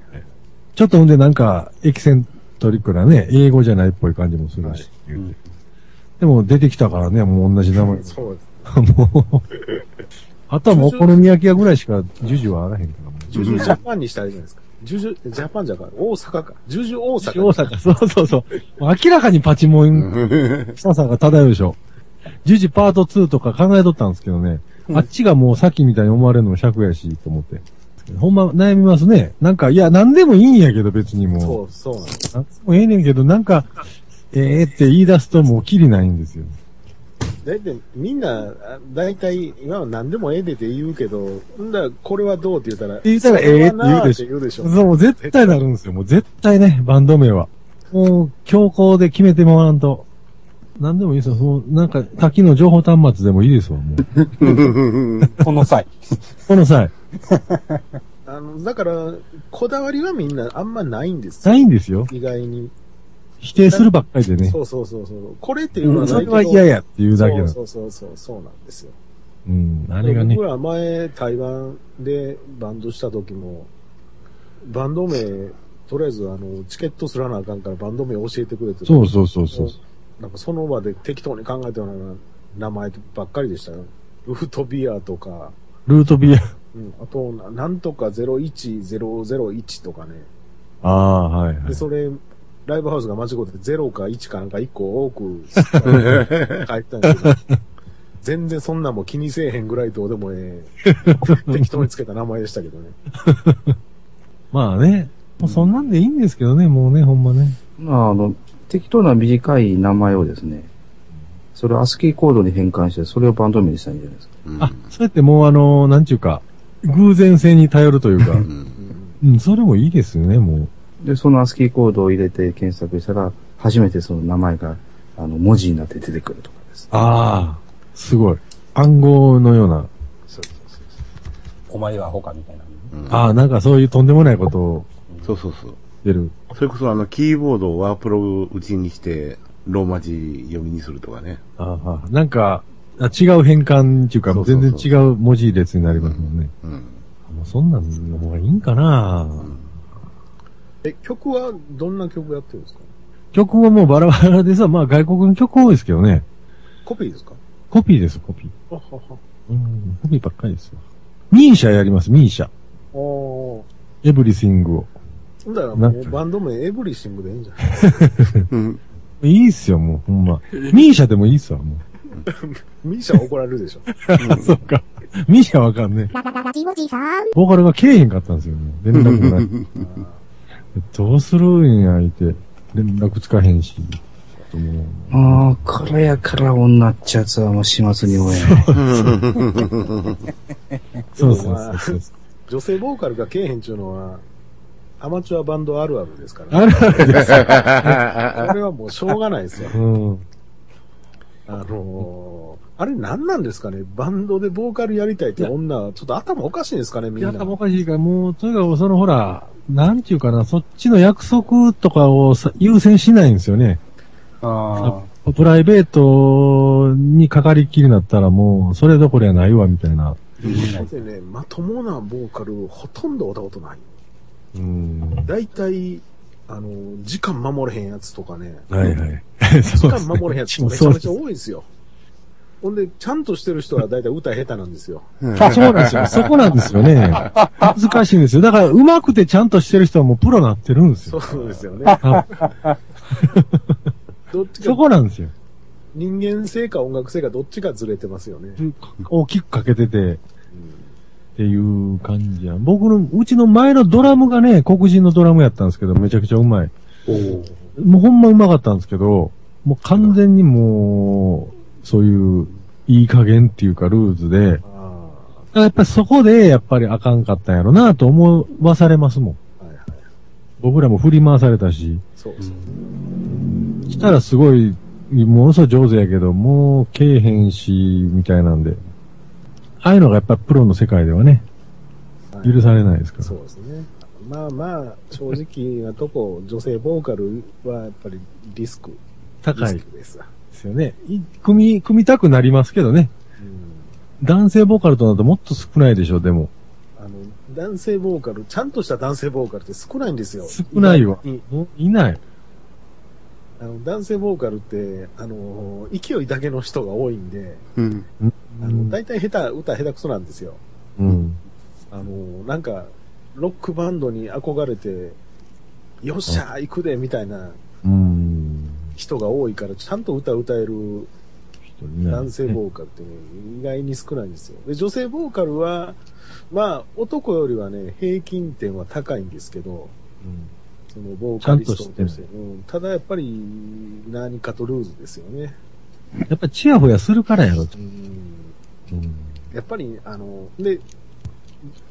[SPEAKER 7] ちょっとほんでなんか、エキセントリックなね、英語じゃないっぽい感じもするし。でも出てきたからね、もう同じ名前。
[SPEAKER 5] そうです。
[SPEAKER 7] もう。あとはもうお好み焼き屋ぐらいしか、ジュジュはあらへんからもう。
[SPEAKER 5] ジュジュジャパンにしたらいいじゃないですか。ジュジュ、ジャパンじゃから、大阪か。ジュジュ大阪。
[SPEAKER 7] 大阪、そうそうそう。もう明らかにパチモン臭さが漂うでしょ。ジュジュパート2とか考えとったんですけどね、あっちがもうさっきみたいに思われるのも尺やし、と思って。ほんま悩みますね。なんか、いや、なんでもいいんやけど別にもう。
[SPEAKER 5] そう、そうなんです。
[SPEAKER 7] なんもええねんけど、なんか、ええって言い出すともうキリないんですよ。
[SPEAKER 5] だいたいみんな、あだいたい、今は何でもええでって言うけど、んだ、これはどうって言ったら、
[SPEAKER 7] 言ったらええって言うでし
[SPEAKER 5] ょ。言うでしょ。
[SPEAKER 7] そう、もう絶対なるんですよ。もう絶対ね、バンド名は。もう、強行で決めてもらわんと。なんでもいいですよ。もう、なんか、先の情報端末でもいいですわ、もう。
[SPEAKER 4] その際。
[SPEAKER 7] この際、
[SPEAKER 5] あの、だから、こだわりはみんなあんまないんですよ。
[SPEAKER 7] ないんですよ。
[SPEAKER 5] 意外に。
[SPEAKER 7] 否定するばっかりでね。
[SPEAKER 5] そうそうそうそう。これっていうのは
[SPEAKER 7] そ
[SPEAKER 5] ない
[SPEAKER 7] れ
[SPEAKER 5] けど
[SPEAKER 7] は嫌やっていうだけだ。
[SPEAKER 5] そうそうそうそう、そうなんですよ。
[SPEAKER 7] うん、あれがね
[SPEAKER 5] 僕。ら前、台湾でバンドした時も、バンド名、とりあえず、あの、チケットすらなあかんからバンド名教えてくれて。
[SPEAKER 7] そうそうそうそう。
[SPEAKER 5] なんかその場で適当に考えたような名前ばっかりでしたよ。ウフトビアとか、
[SPEAKER 7] ルートビア。
[SPEAKER 5] うん、あとな、なんとか01001とかね。
[SPEAKER 7] ああ、はいはい
[SPEAKER 5] で、。それ、ライブハウスが間違って0か1かなんか1個多く書いてたんですけど、全然そんなんも気にせえへんぐらいどうでもええ、適当につけた名前でしたけどね。
[SPEAKER 7] まあね。もうそんなんでいいんですけどね、もうね、ほんまね。
[SPEAKER 1] まあ、あの、適当な短い名前をですね、それをアスキーコードに変換して、それをバンド名にしたらいいんじゃないですか。
[SPEAKER 7] あ、そうやってもうあの、なんちゅうか、偶然性に頼るというか、 うん、それもいいですよね、も
[SPEAKER 1] で、そのアスキーコードを入れて検索したら、初めてその名前が、あの、文字になって出てくるとかです。
[SPEAKER 7] う。ああ、すごい。暗号のような、
[SPEAKER 1] そうそうそうそう。
[SPEAKER 4] お前はアホかみたいな。
[SPEAKER 7] ああ、なんかそういうとんでもないことを
[SPEAKER 3] そうそうそう。
[SPEAKER 7] 出る。
[SPEAKER 3] それこそあの、キーボードをワープロ打ちにして、ローマ字読みにするとかね。
[SPEAKER 7] ああ、なんか、あ違う変換っていうか、
[SPEAKER 3] そうそうそう
[SPEAKER 7] 全然違う文字列になりますもんね。
[SPEAKER 3] うん。
[SPEAKER 7] もうそんなんの方がいいんかな、
[SPEAKER 5] え、曲はどんな曲やってるんですか
[SPEAKER 7] 曲はもうバラバラでさ、まあ外国の曲多いですけどね。
[SPEAKER 5] コピーですか
[SPEAKER 7] コピーです、コピ
[SPEAKER 5] あ
[SPEAKER 7] ー。
[SPEAKER 5] はは。
[SPEAKER 7] うん、コピーばっかりですよ。ミーシャやります、ミーシャ。
[SPEAKER 5] お
[SPEAKER 7] エブリシングを。
[SPEAKER 5] ー。だからも
[SPEAKER 7] なん
[SPEAKER 5] うバンド名エブリシングでいいんじゃない
[SPEAKER 3] うん。
[SPEAKER 7] いいっすよ、もう、ほ んま。ミーシャでもいいっすわ、も
[SPEAKER 5] ミーシャ怒られるでしょ。
[SPEAKER 7] う。そうか。ミーシャわかんねえ。
[SPEAKER 6] ララララジオジさん。
[SPEAKER 7] ボーカルがけえへんかったんですよ、もう。連絡もない。 どうするんや、相手。連絡つかへんし。もう
[SPEAKER 1] もう、これやから女っちゃつはもう始末に終えない。
[SPEAKER 7] そうそうそうそう。
[SPEAKER 5] 女性ボーカルがけえへんちゅうのは、アマチュアバンドあるあるですから、
[SPEAKER 7] あるあるです。
[SPEAKER 5] これはもうしょうがないですよ。
[SPEAKER 7] うん。
[SPEAKER 5] あのー、あれ何なんですかねバンドでボーカルやりたいって女は、ちょっと頭おかしいんですかねみんな。
[SPEAKER 7] やったもおかしいから、もう、とにかくそのほら、なんちゅうかな、そっちの約束とかをさ優先しないんですよね。
[SPEAKER 4] あ
[SPEAKER 7] プライベートにかかりっきりになったらもう、それどころやないわ、みたいな。
[SPEAKER 5] だってね、まともなボーカルほとんどおったことない。
[SPEAKER 7] うん。
[SPEAKER 5] 大体、あの、時間守れへんやつとかね、
[SPEAKER 7] はいはい。
[SPEAKER 5] 時
[SPEAKER 7] そうで
[SPEAKER 5] 間
[SPEAKER 7] すね
[SPEAKER 5] 守れへんやつめちゃめちゃ多いんですよ。ほんで、ちゃんとしてる人は大体歌下手なんですよ。
[SPEAKER 7] あそうなんですよ。そこなんですよね。難しいんですよ。だから、上手くてちゃんとしてる人はもうプロになってるんですよ。
[SPEAKER 5] そうですよね。どっち
[SPEAKER 7] そ
[SPEAKER 5] か、
[SPEAKER 7] こなんですよ。
[SPEAKER 5] 人間性か音楽性かどっちかずれてますよね。
[SPEAKER 7] 大きくかけてて、っていう感じや。僕の、うちの前のドラムがね、黒人のドラムやったんですけど、めちゃくちゃうまい。もうほんまうまかったんですけど、もう完全にもう、そういう、いい加減っていうかルーズで、
[SPEAKER 5] ああ
[SPEAKER 7] やっぱりそこで、やっぱりあかんかったんやろなと思わされますもん。
[SPEAKER 5] ー、はいはい。
[SPEAKER 7] 僕らも振り回されたし。
[SPEAKER 5] そうそう。
[SPEAKER 7] したらすごい、ものすごい上手やけど、もう、けえへんし、みたいなんで。ああいうのがやっぱプロの世界ではね、
[SPEAKER 5] はい
[SPEAKER 7] 許されないですから。
[SPEAKER 5] そうですね。まあまあ、正直なとこ、女性ボーカルはやっぱりリスク、リ
[SPEAKER 7] 高い
[SPEAKER 5] ス
[SPEAKER 7] で
[SPEAKER 5] クですわ。
[SPEAKER 7] すよね。い組み、組みたくなりますけどね。
[SPEAKER 5] うん
[SPEAKER 7] 男性ボーカルとなるともっと少ないでしょ、でも。
[SPEAKER 5] あの、男性ボーカル、ちゃんとした男性ボーカルって少ないんですよ。
[SPEAKER 7] 少ないわ
[SPEAKER 5] 意外に
[SPEAKER 7] いない。
[SPEAKER 5] あの男性ボーカルって、あの、勢いだけの人が多いんで、
[SPEAKER 3] うん。
[SPEAKER 5] あの、大体下手、歌下手くそなんですよ。
[SPEAKER 7] うん。
[SPEAKER 5] あの、なんか、ロックバンドに憧れて、よっしゃー行くでみたいな
[SPEAKER 7] うん。
[SPEAKER 5] 人が多いから、ちゃんと歌歌える
[SPEAKER 7] 人いない
[SPEAKER 5] 男性ボーカルってね、意外に少ないんですよ。で、女性ボーカルは、まあ、男よりはね、平均点は高いんですけど、
[SPEAKER 7] うん
[SPEAKER 5] そのボーカリスト
[SPEAKER 7] ちゃんとして
[SPEAKER 5] うん、ただやっぱり、何かとルーズですよね。
[SPEAKER 7] やっぱりチヤホヤするからやろ。
[SPEAKER 5] うん、
[SPEAKER 7] うん。
[SPEAKER 5] やっぱり、あの、で、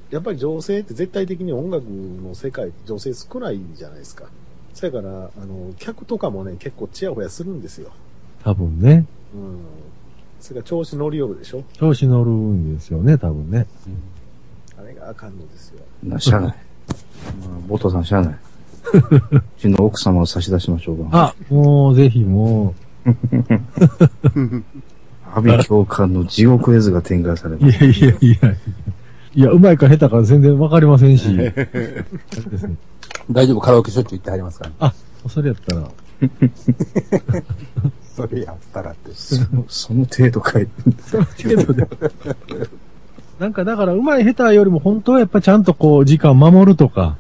[SPEAKER 5] やっぱり女性って絶対的に音楽の世界、女性少ないじゃないですか。そやから、あの、客とかもね、結構チヤホヤするんですよ。
[SPEAKER 7] 多分ね。
[SPEAKER 5] うん。それから調子乗りよるでしょ
[SPEAKER 7] 調子乗るんですよね、多分ね。
[SPEAKER 5] あれがあかんのですよ。
[SPEAKER 1] な、しゃあない。 まあ、ボトさんしゃあない。うちの奥様を差し出しましょうか。
[SPEAKER 7] あ、もう、ぜひも
[SPEAKER 1] 阿部教官の地獄絵図が展開され
[SPEAKER 7] う。い
[SPEAKER 1] ます。
[SPEAKER 7] やいやいや。いや、うまいか下手か全然わかりませ んし。ですね。
[SPEAKER 4] 大丈夫、カラオケしょっちゅう行ってはりますからね。
[SPEAKER 7] あ、それやったら。
[SPEAKER 4] それやったらって。
[SPEAKER 1] その、その程度かい。
[SPEAKER 7] なんかだから、うまい下手よりも本当はやっぱちゃんとこう、時間守るとか、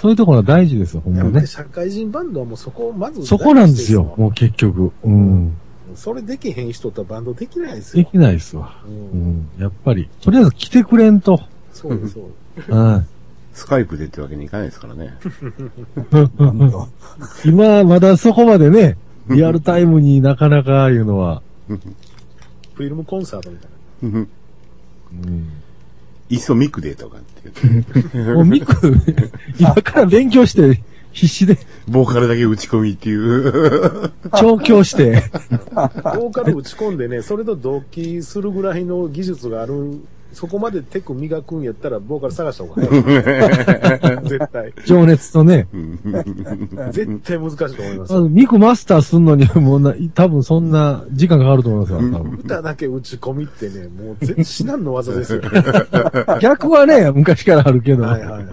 [SPEAKER 7] そういうところが大事ですよ、ほん
[SPEAKER 5] や
[SPEAKER 7] ま
[SPEAKER 5] っぱ
[SPEAKER 7] ね
[SPEAKER 5] り。社会人バンドはもうそこをまず。
[SPEAKER 7] そこなんですよ、もう結局。うん。
[SPEAKER 5] それできへん人とはバンドできないです
[SPEAKER 7] で
[SPEAKER 5] よ。
[SPEAKER 7] きないですわ。
[SPEAKER 5] う、
[SPEAKER 7] うんん。やっぱり、とりあえず来てくれ んと。
[SPEAKER 5] そうですそう
[SPEAKER 7] うん。
[SPEAKER 3] スカイプでってわけにいかないですからね。
[SPEAKER 7] 今、まだそこまでね、リアルタイムになかなかいうのは。
[SPEAKER 5] フィルムコンサートみたいな。
[SPEAKER 7] うん。
[SPEAKER 3] いっそミクでとかって言って。
[SPEAKER 7] もう ミク、今から勉強して、必死で、
[SPEAKER 3] ボーカルだけ打ち込みっていう。
[SPEAKER 7] 調教して。
[SPEAKER 5] ボーカル打ち込んでね、それと同期するぐらいの技術がある、そこまでテク磨くんやったら、ボーカル探した方が早 い。絶対。
[SPEAKER 7] 情熱とね。
[SPEAKER 5] 絶対難しいと思います
[SPEAKER 7] あ
[SPEAKER 5] よ。
[SPEAKER 7] のミクマスターすんのに、もうな、多分そんな時間かかると思いますよ、多分。
[SPEAKER 5] 歌だけ打ち込みってね、もう全至難の技です よ。
[SPEAKER 7] 逆はね、昔からあるけど。
[SPEAKER 5] はいはいはい。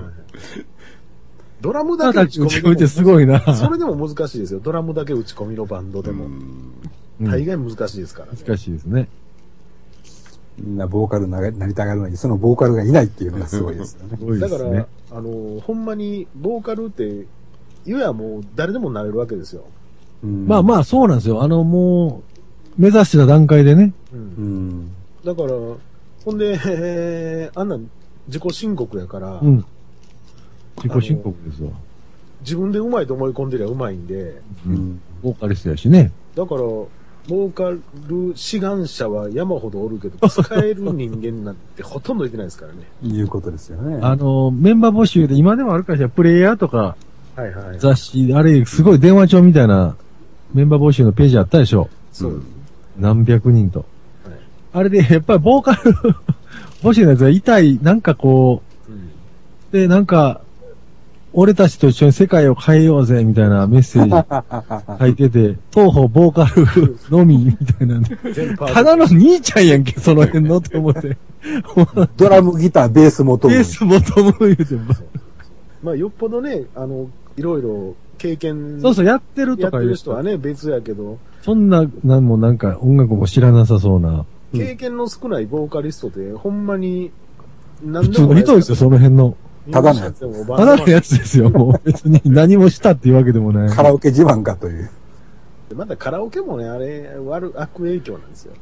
[SPEAKER 5] ドラムだ
[SPEAKER 7] た
[SPEAKER 5] け
[SPEAKER 7] だ
[SPEAKER 5] 打ち
[SPEAKER 7] 打ち
[SPEAKER 5] 込
[SPEAKER 7] 込み
[SPEAKER 5] みで
[SPEAKER 7] って
[SPEAKER 5] も。
[SPEAKER 7] すごい な。
[SPEAKER 5] それでも難しいですよ。ドラムだけ打ち込みのバンドでも。大概難しいですからね。
[SPEAKER 7] 難しいですね。
[SPEAKER 4] みんなボーカルになれなりたがるのに、そのボーカルがいないっていうのがすごいですよね。
[SPEAKER 7] すごいで
[SPEAKER 5] だか
[SPEAKER 7] す
[SPEAKER 5] ら、
[SPEAKER 7] ね。
[SPEAKER 5] あの、ほんまに、ボーカルって、言うやもう誰でもなれるわけですよ。
[SPEAKER 7] まあ
[SPEAKER 4] あ。
[SPEAKER 7] まあ、そうなんですよ。あの、もう、目指してた段階でね。
[SPEAKER 5] うん
[SPEAKER 4] うん。
[SPEAKER 5] だから、ほんで、 えーあんなん自己申告やから、
[SPEAKER 7] うん。自己申告ですわ。
[SPEAKER 5] 自分でうまいと思い込んでりゃうまいんで、
[SPEAKER 4] うん。
[SPEAKER 7] ボーカリストやしね。
[SPEAKER 5] だから、ボーカル志願者は山ほどおるけど、使える人間なんてほとんどいてないですからね。
[SPEAKER 4] いうことですよね。
[SPEAKER 7] あの、メンバー募集で、今でもあるかしら、プレイヤーとか
[SPEAKER 5] はいはい。
[SPEAKER 7] 雑誌、あれ、すごい電話帳みたいな、メンバー募集のページあったでしょ。
[SPEAKER 5] そう。
[SPEAKER 7] 何百人と
[SPEAKER 5] はい。
[SPEAKER 7] あれで、やっぱりボーカル 募集のやつは痛い、なんかこ
[SPEAKER 5] うん
[SPEAKER 7] う、で、なんか、俺たちと一緒に世界を変えようぜ、みたいなメッセージ書いてて、当方ボーカルのみ、みたいなんで。
[SPEAKER 5] 全パート
[SPEAKER 7] ただの兄ちゃんやんけ、その辺のって思って。
[SPEAKER 4] ドラム、ギター、ベースもと
[SPEAKER 7] ベースボトム言うて、
[SPEAKER 5] まあ、よっぽどね、あの、いろいろ経験、
[SPEAKER 7] そうそう、やってる
[SPEAKER 5] や
[SPEAKER 7] と
[SPEAKER 5] って
[SPEAKER 7] か言
[SPEAKER 5] る
[SPEAKER 7] う
[SPEAKER 5] 人はね、別やけど、
[SPEAKER 7] そんな、なんもなんか音楽も知らなさそうな。
[SPEAKER 3] うん
[SPEAKER 5] 経験の少ないボーカリストで、ほんまに、な
[SPEAKER 7] 普通の人ですよ、その辺の。
[SPEAKER 4] ただのやつ
[SPEAKER 7] ただのやつですよ、もう。別に何もしたっていうわけでもない。
[SPEAKER 4] カラオケ自慢かという。
[SPEAKER 5] まだカラオケもね、あれ、悪、悪影響なんですよ。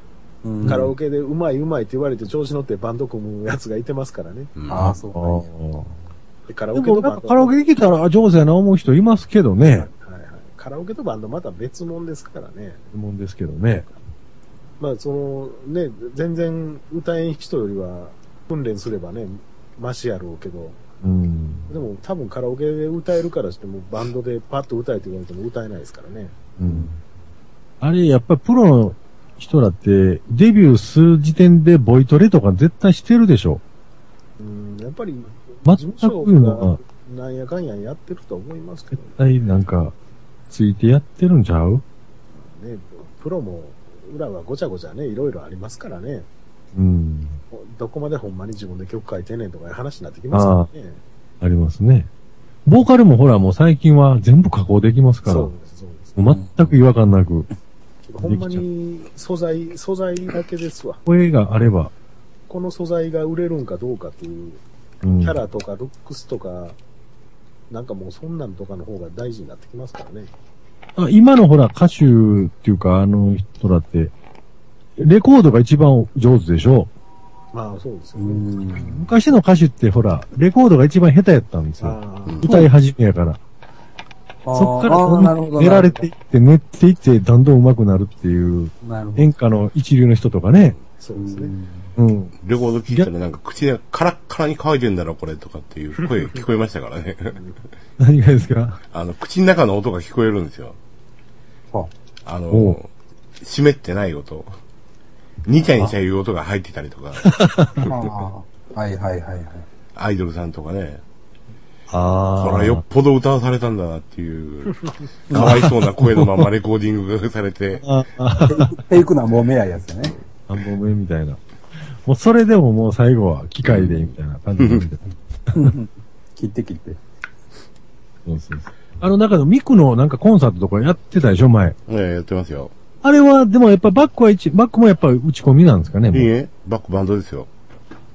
[SPEAKER 4] うん
[SPEAKER 5] カラオケでうまいうまいって言われて調子乗ってバンド組むやつがいてますからね。
[SPEAKER 3] うん
[SPEAKER 4] ああ、そう
[SPEAKER 7] あ
[SPEAKER 4] かいいね。
[SPEAKER 7] ー
[SPEAKER 5] でカラ
[SPEAKER 7] で
[SPEAKER 5] オケと
[SPEAKER 7] も、
[SPEAKER 5] バン
[SPEAKER 7] な
[SPEAKER 5] ド
[SPEAKER 7] んかカラオケ行けたらあ上手やな思う人いますけどね。
[SPEAKER 5] はいはい。カラオケとバンドまた別物ですからね。
[SPEAKER 7] 思うんですけどね。
[SPEAKER 5] まあ、その、ね、全然歌えん人よりは、訓練すればね、マシやろうけど、
[SPEAKER 7] うん。
[SPEAKER 5] でも多分カラオケで歌えるからしても、バンドでパッと歌えって言われても歌えないですからね。
[SPEAKER 7] うん。あれ、やっぱりプロの人だって、デビューする時点でボイトレとか絶対してるでしょ。
[SPEAKER 5] うん、やっぱり、
[SPEAKER 7] 全
[SPEAKER 5] 事務
[SPEAKER 7] く
[SPEAKER 5] 所
[SPEAKER 7] いうのは
[SPEAKER 5] が、なんやかんややってると思いますけど
[SPEAKER 7] 絶対なんか、ついてやってるんちゃう
[SPEAKER 5] ね、プロも、裏はごちゃごちゃね、いろいろありますからね。
[SPEAKER 7] うん。
[SPEAKER 5] どこまでほんまに自分で曲書いてんねんとかいう話になってきますからね。
[SPEAKER 7] ありますね。ボーカルもほら、もう最近は全部加工できますから、
[SPEAKER 5] そう
[SPEAKER 7] も
[SPEAKER 5] です、そうです。
[SPEAKER 7] う全く違和感なく、
[SPEAKER 5] ほんまに素材、素材だけですわ。
[SPEAKER 7] 声があれば、
[SPEAKER 5] この素材が売れるんかどうかっていう、
[SPEAKER 7] うん
[SPEAKER 5] キャラとかルックスとか、なんかもうそんなんとかの方が大事になってきますからね。
[SPEAKER 7] あ今のほら、歌手っていうか、あの人だって、レコードが一番上手でしょ
[SPEAKER 5] まあそうですよ
[SPEAKER 4] う
[SPEAKER 5] ね。
[SPEAKER 4] ん。
[SPEAKER 7] 昔の歌手ってほら、レコードが一番下手やったんですよ。
[SPEAKER 5] あ
[SPEAKER 3] うん
[SPEAKER 7] 歌い始めやから。そっから
[SPEAKER 4] あ
[SPEAKER 7] ど
[SPEAKER 4] ー
[SPEAKER 7] ん
[SPEAKER 4] なる
[SPEAKER 7] ど
[SPEAKER 4] ほ
[SPEAKER 7] ん
[SPEAKER 4] ど
[SPEAKER 7] 練られていって、練っていって、だんだん上手くなるっていう、
[SPEAKER 4] なるほど。
[SPEAKER 7] 演歌の一流の人とかね。
[SPEAKER 5] あ、そうですね。
[SPEAKER 7] うん。
[SPEAKER 3] レコード聞いたらなんか口でカラッカラに乾いてんだろこれとかっていう声聞こえましたからね。
[SPEAKER 7] 何がですか
[SPEAKER 3] あの、口の中の音が聞こえるんですよ。
[SPEAKER 4] あ
[SPEAKER 3] あ
[SPEAKER 7] お
[SPEAKER 3] の
[SPEAKER 7] う、
[SPEAKER 3] 湿ってない音。ニチャニチャいう音が入ってたりとか、
[SPEAKER 4] あーはいはいはいはい。
[SPEAKER 3] アイドルさんとかね、
[SPEAKER 7] あ
[SPEAKER 3] これはよっぽど歌わされたんだなっていう、 かわいそうな声のままレコーディングがされて、
[SPEAKER 4] フェイクなもめややつね。
[SPEAKER 7] 3本目みたいな。もうそれでももう最後は機械で、みたいな感じで。
[SPEAKER 4] 切って切って。
[SPEAKER 7] そうそうそうあの中のミクのなんかコンサートとかやってたでしょ、前。
[SPEAKER 3] ええやってますよ。
[SPEAKER 7] あれは、でもやっぱバックは一、バックもやっぱ打ち込みなんですかね。もう
[SPEAKER 3] いいえ、バックバンドですよ。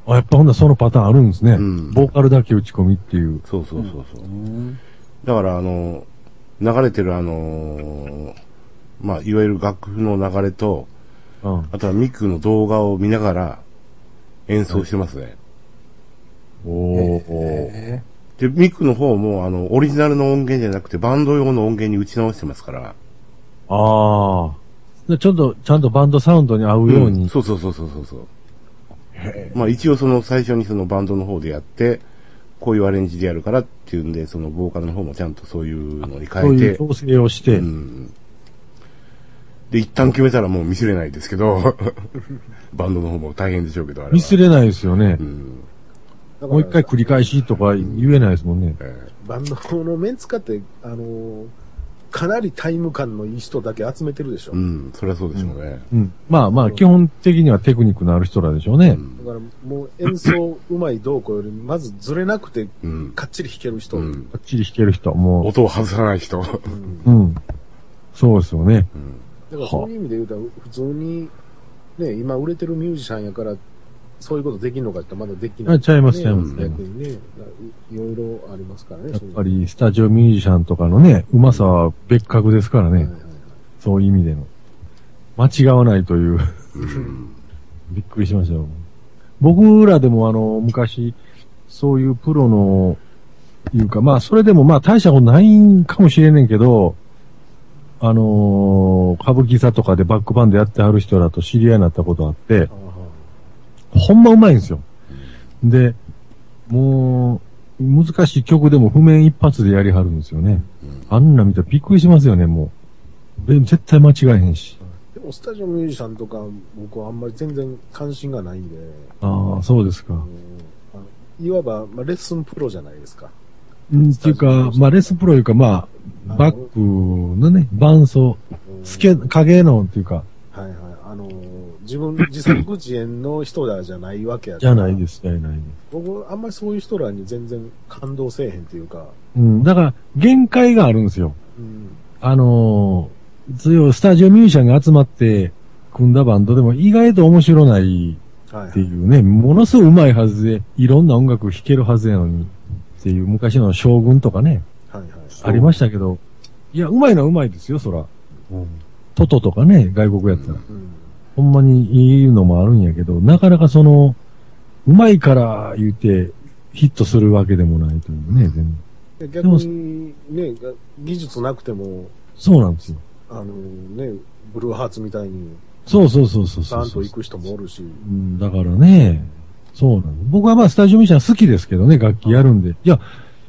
[SPEAKER 7] あ、やっぱほんならそのパターンあるんですね。
[SPEAKER 3] ん
[SPEAKER 7] ボーカルだけ打ち込みっていう。
[SPEAKER 3] そうそうそうそう。
[SPEAKER 4] うん。
[SPEAKER 3] だから、あの、流れてるあの、まあ、いわゆる楽譜の流れと、
[SPEAKER 7] うん。
[SPEAKER 3] あとはミクの動画を見ながら演奏してますね。
[SPEAKER 7] おー。
[SPEAKER 4] え
[SPEAKER 3] で、ミクの方も、あの、オリジナルの音源じゃなくて、バンド用の音源に打ち直してますから。
[SPEAKER 7] ああ。でちょっと、ちゃんとバンドサウンドに合うように。
[SPEAKER 3] そうそうそうそうそうそう。まあ一応その最初にそのバンドの方でやって、こういうアレンジでやるからっていうんで、そのボーカルの方もちゃんとそういうのに
[SPEAKER 7] そう
[SPEAKER 3] 変え
[SPEAKER 7] いう
[SPEAKER 3] て、
[SPEAKER 7] 調整をして。
[SPEAKER 3] うん。で、一旦決めたらもうミスれないですけど、 バンドの方も大変でしょうけど、あれは。
[SPEAKER 7] ミスれないですよね
[SPEAKER 3] う。ん。
[SPEAKER 5] だ
[SPEAKER 7] もう一
[SPEAKER 5] か
[SPEAKER 7] 回
[SPEAKER 5] ら、
[SPEAKER 7] 繰り返しとか言えないですもんね。
[SPEAKER 3] ええ
[SPEAKER 5] バンドのメンツ化って、あの、かなりタイム感のいい人だけ集めてるでしょ。
[SPEAKER 3] うん、そりゃそうでしょうね。
[SPEAKER 7] うん。まあまあ、基本的にはテクニックのある人らでしょうね。
[SPEAKER 5] だからもう演奏うまいどうこうより、まずずれなくて、
[SPEAKER 3] うん。
[SPEAKER 5] かっちり弾ける人。
[SPEAKER 3] う
[SPEAKER 5] うん
[SPEAKER 3] ん。
[SPEAKER 7] ばっちり弾ける人、も
[SPEAKER 3] 音を外さない人。
[SPEAKER 7] う。うん。そうですよね。
[SPEAKER 3] うん。
[SPEAKER 5] だからそういう意味で言うと、普通に、ね、今売れてるミュージシャンやから、そういうことできるのかってまだできない、
[SPEAKER 7] あちゃいますちゃい
[SPEAKER 3] ます
[SPEAKER 5] 逆にね、いろいろありますからね。
[SPEAKER 7] やっぱり、スタジオミュージシャンとかのね、うまさは別格ですから
[SPEAKER 5] そういう。の
[SPEAKER 7] ね
[SPEAKER 5] はいはい
[SPEAKER 7] そういう意味での。間違わないという。
[SPEAKER 3] うん。
[SPEAKER 7] びっくりしましたよ。僕らでもあの、昔、そういうプロの、いうか、まあ、それでもまあ、大したことないんかもしれねんけど、あのー歌舞伎座とかでバックバンドやってはる人らと知り合いになったことあって、ほんまうまいんですよ。で、もう、難しい曲でも譜面一発でやりはるんですよね。あんな見たらびっくりしますよね、もう。で絶対間違えへんし。
[SPEAKER 5] でもスタジオミュージシャンとか、僕はあんまり全然関心がないんで、
[SPEAKER 7] ああ、そうですか
[SPEAKER 5] あの。あのいわば、まあ、レッスンプロじゃないですか。
[SPEAKER 7] うん、っていうか、まあ、レスプロいうか、まあ、バックのね、伴奏、
[SPEAKER 5] うん
[SPEAKER 7] 透け、影のっていうか、
[SPEAKER 5] はいはい。あの、自分、自作自演の人らじゃないわけや
[SPEAKER 7] じゃない
[SPEAKER 5] す。
[SPEAKER 7] です、じゃないです。
[SPEAKER 5] 僕、あんまりそういう人らに全然感動せえへんというか、
[SPEAKER 7] うん、だから、限界があるんですよ。
[SPEAKER 5] うん。
[SPEAKER 7] あのー、強いスタジオミュージシャンが集まって組んだバンドでも意外と面白ない
[SPEAKER 5] はい、
[SPEAKER 7] っていうね、ものすごいうまいはずで、いろんな音楽弾けるはずやのにっていう昔の将軍とかね、
[SPEAKER 5] はいはい。
[SPEAKER 7] ありましたけど、いや、うまいのはうまいですよ、そら。トトとかね、外国やったら。
[SPEAKER 5] うん。
[SPEAKER 7] ほんまにいいのもあるんやけど、なかなかその、うまいから言ってヒットするわけでもないというね、全然
[SPEAKER 5] で逆に、ね、が技術なくても、
[SPEAKER 7] そうなんですよ。
[SPEAKER 5] あのね、ブルーハーツみたいに、
[SPEAKER 7] そうそうそうそう
[SPEAKER 5] サ
[SPEAKER 7] そう
[SPEAKER 5] ーン
[SPEAKER 7] そ
[SPEAKER 5] と
[SPEAKER 7] う
[SPEAKER 5] 行く人もおるし、
[SPEAKER 7] うんだからね、そうなの。僕はまあ、スタジオミュージシャン好きですけどね、楽器やるんで。いや、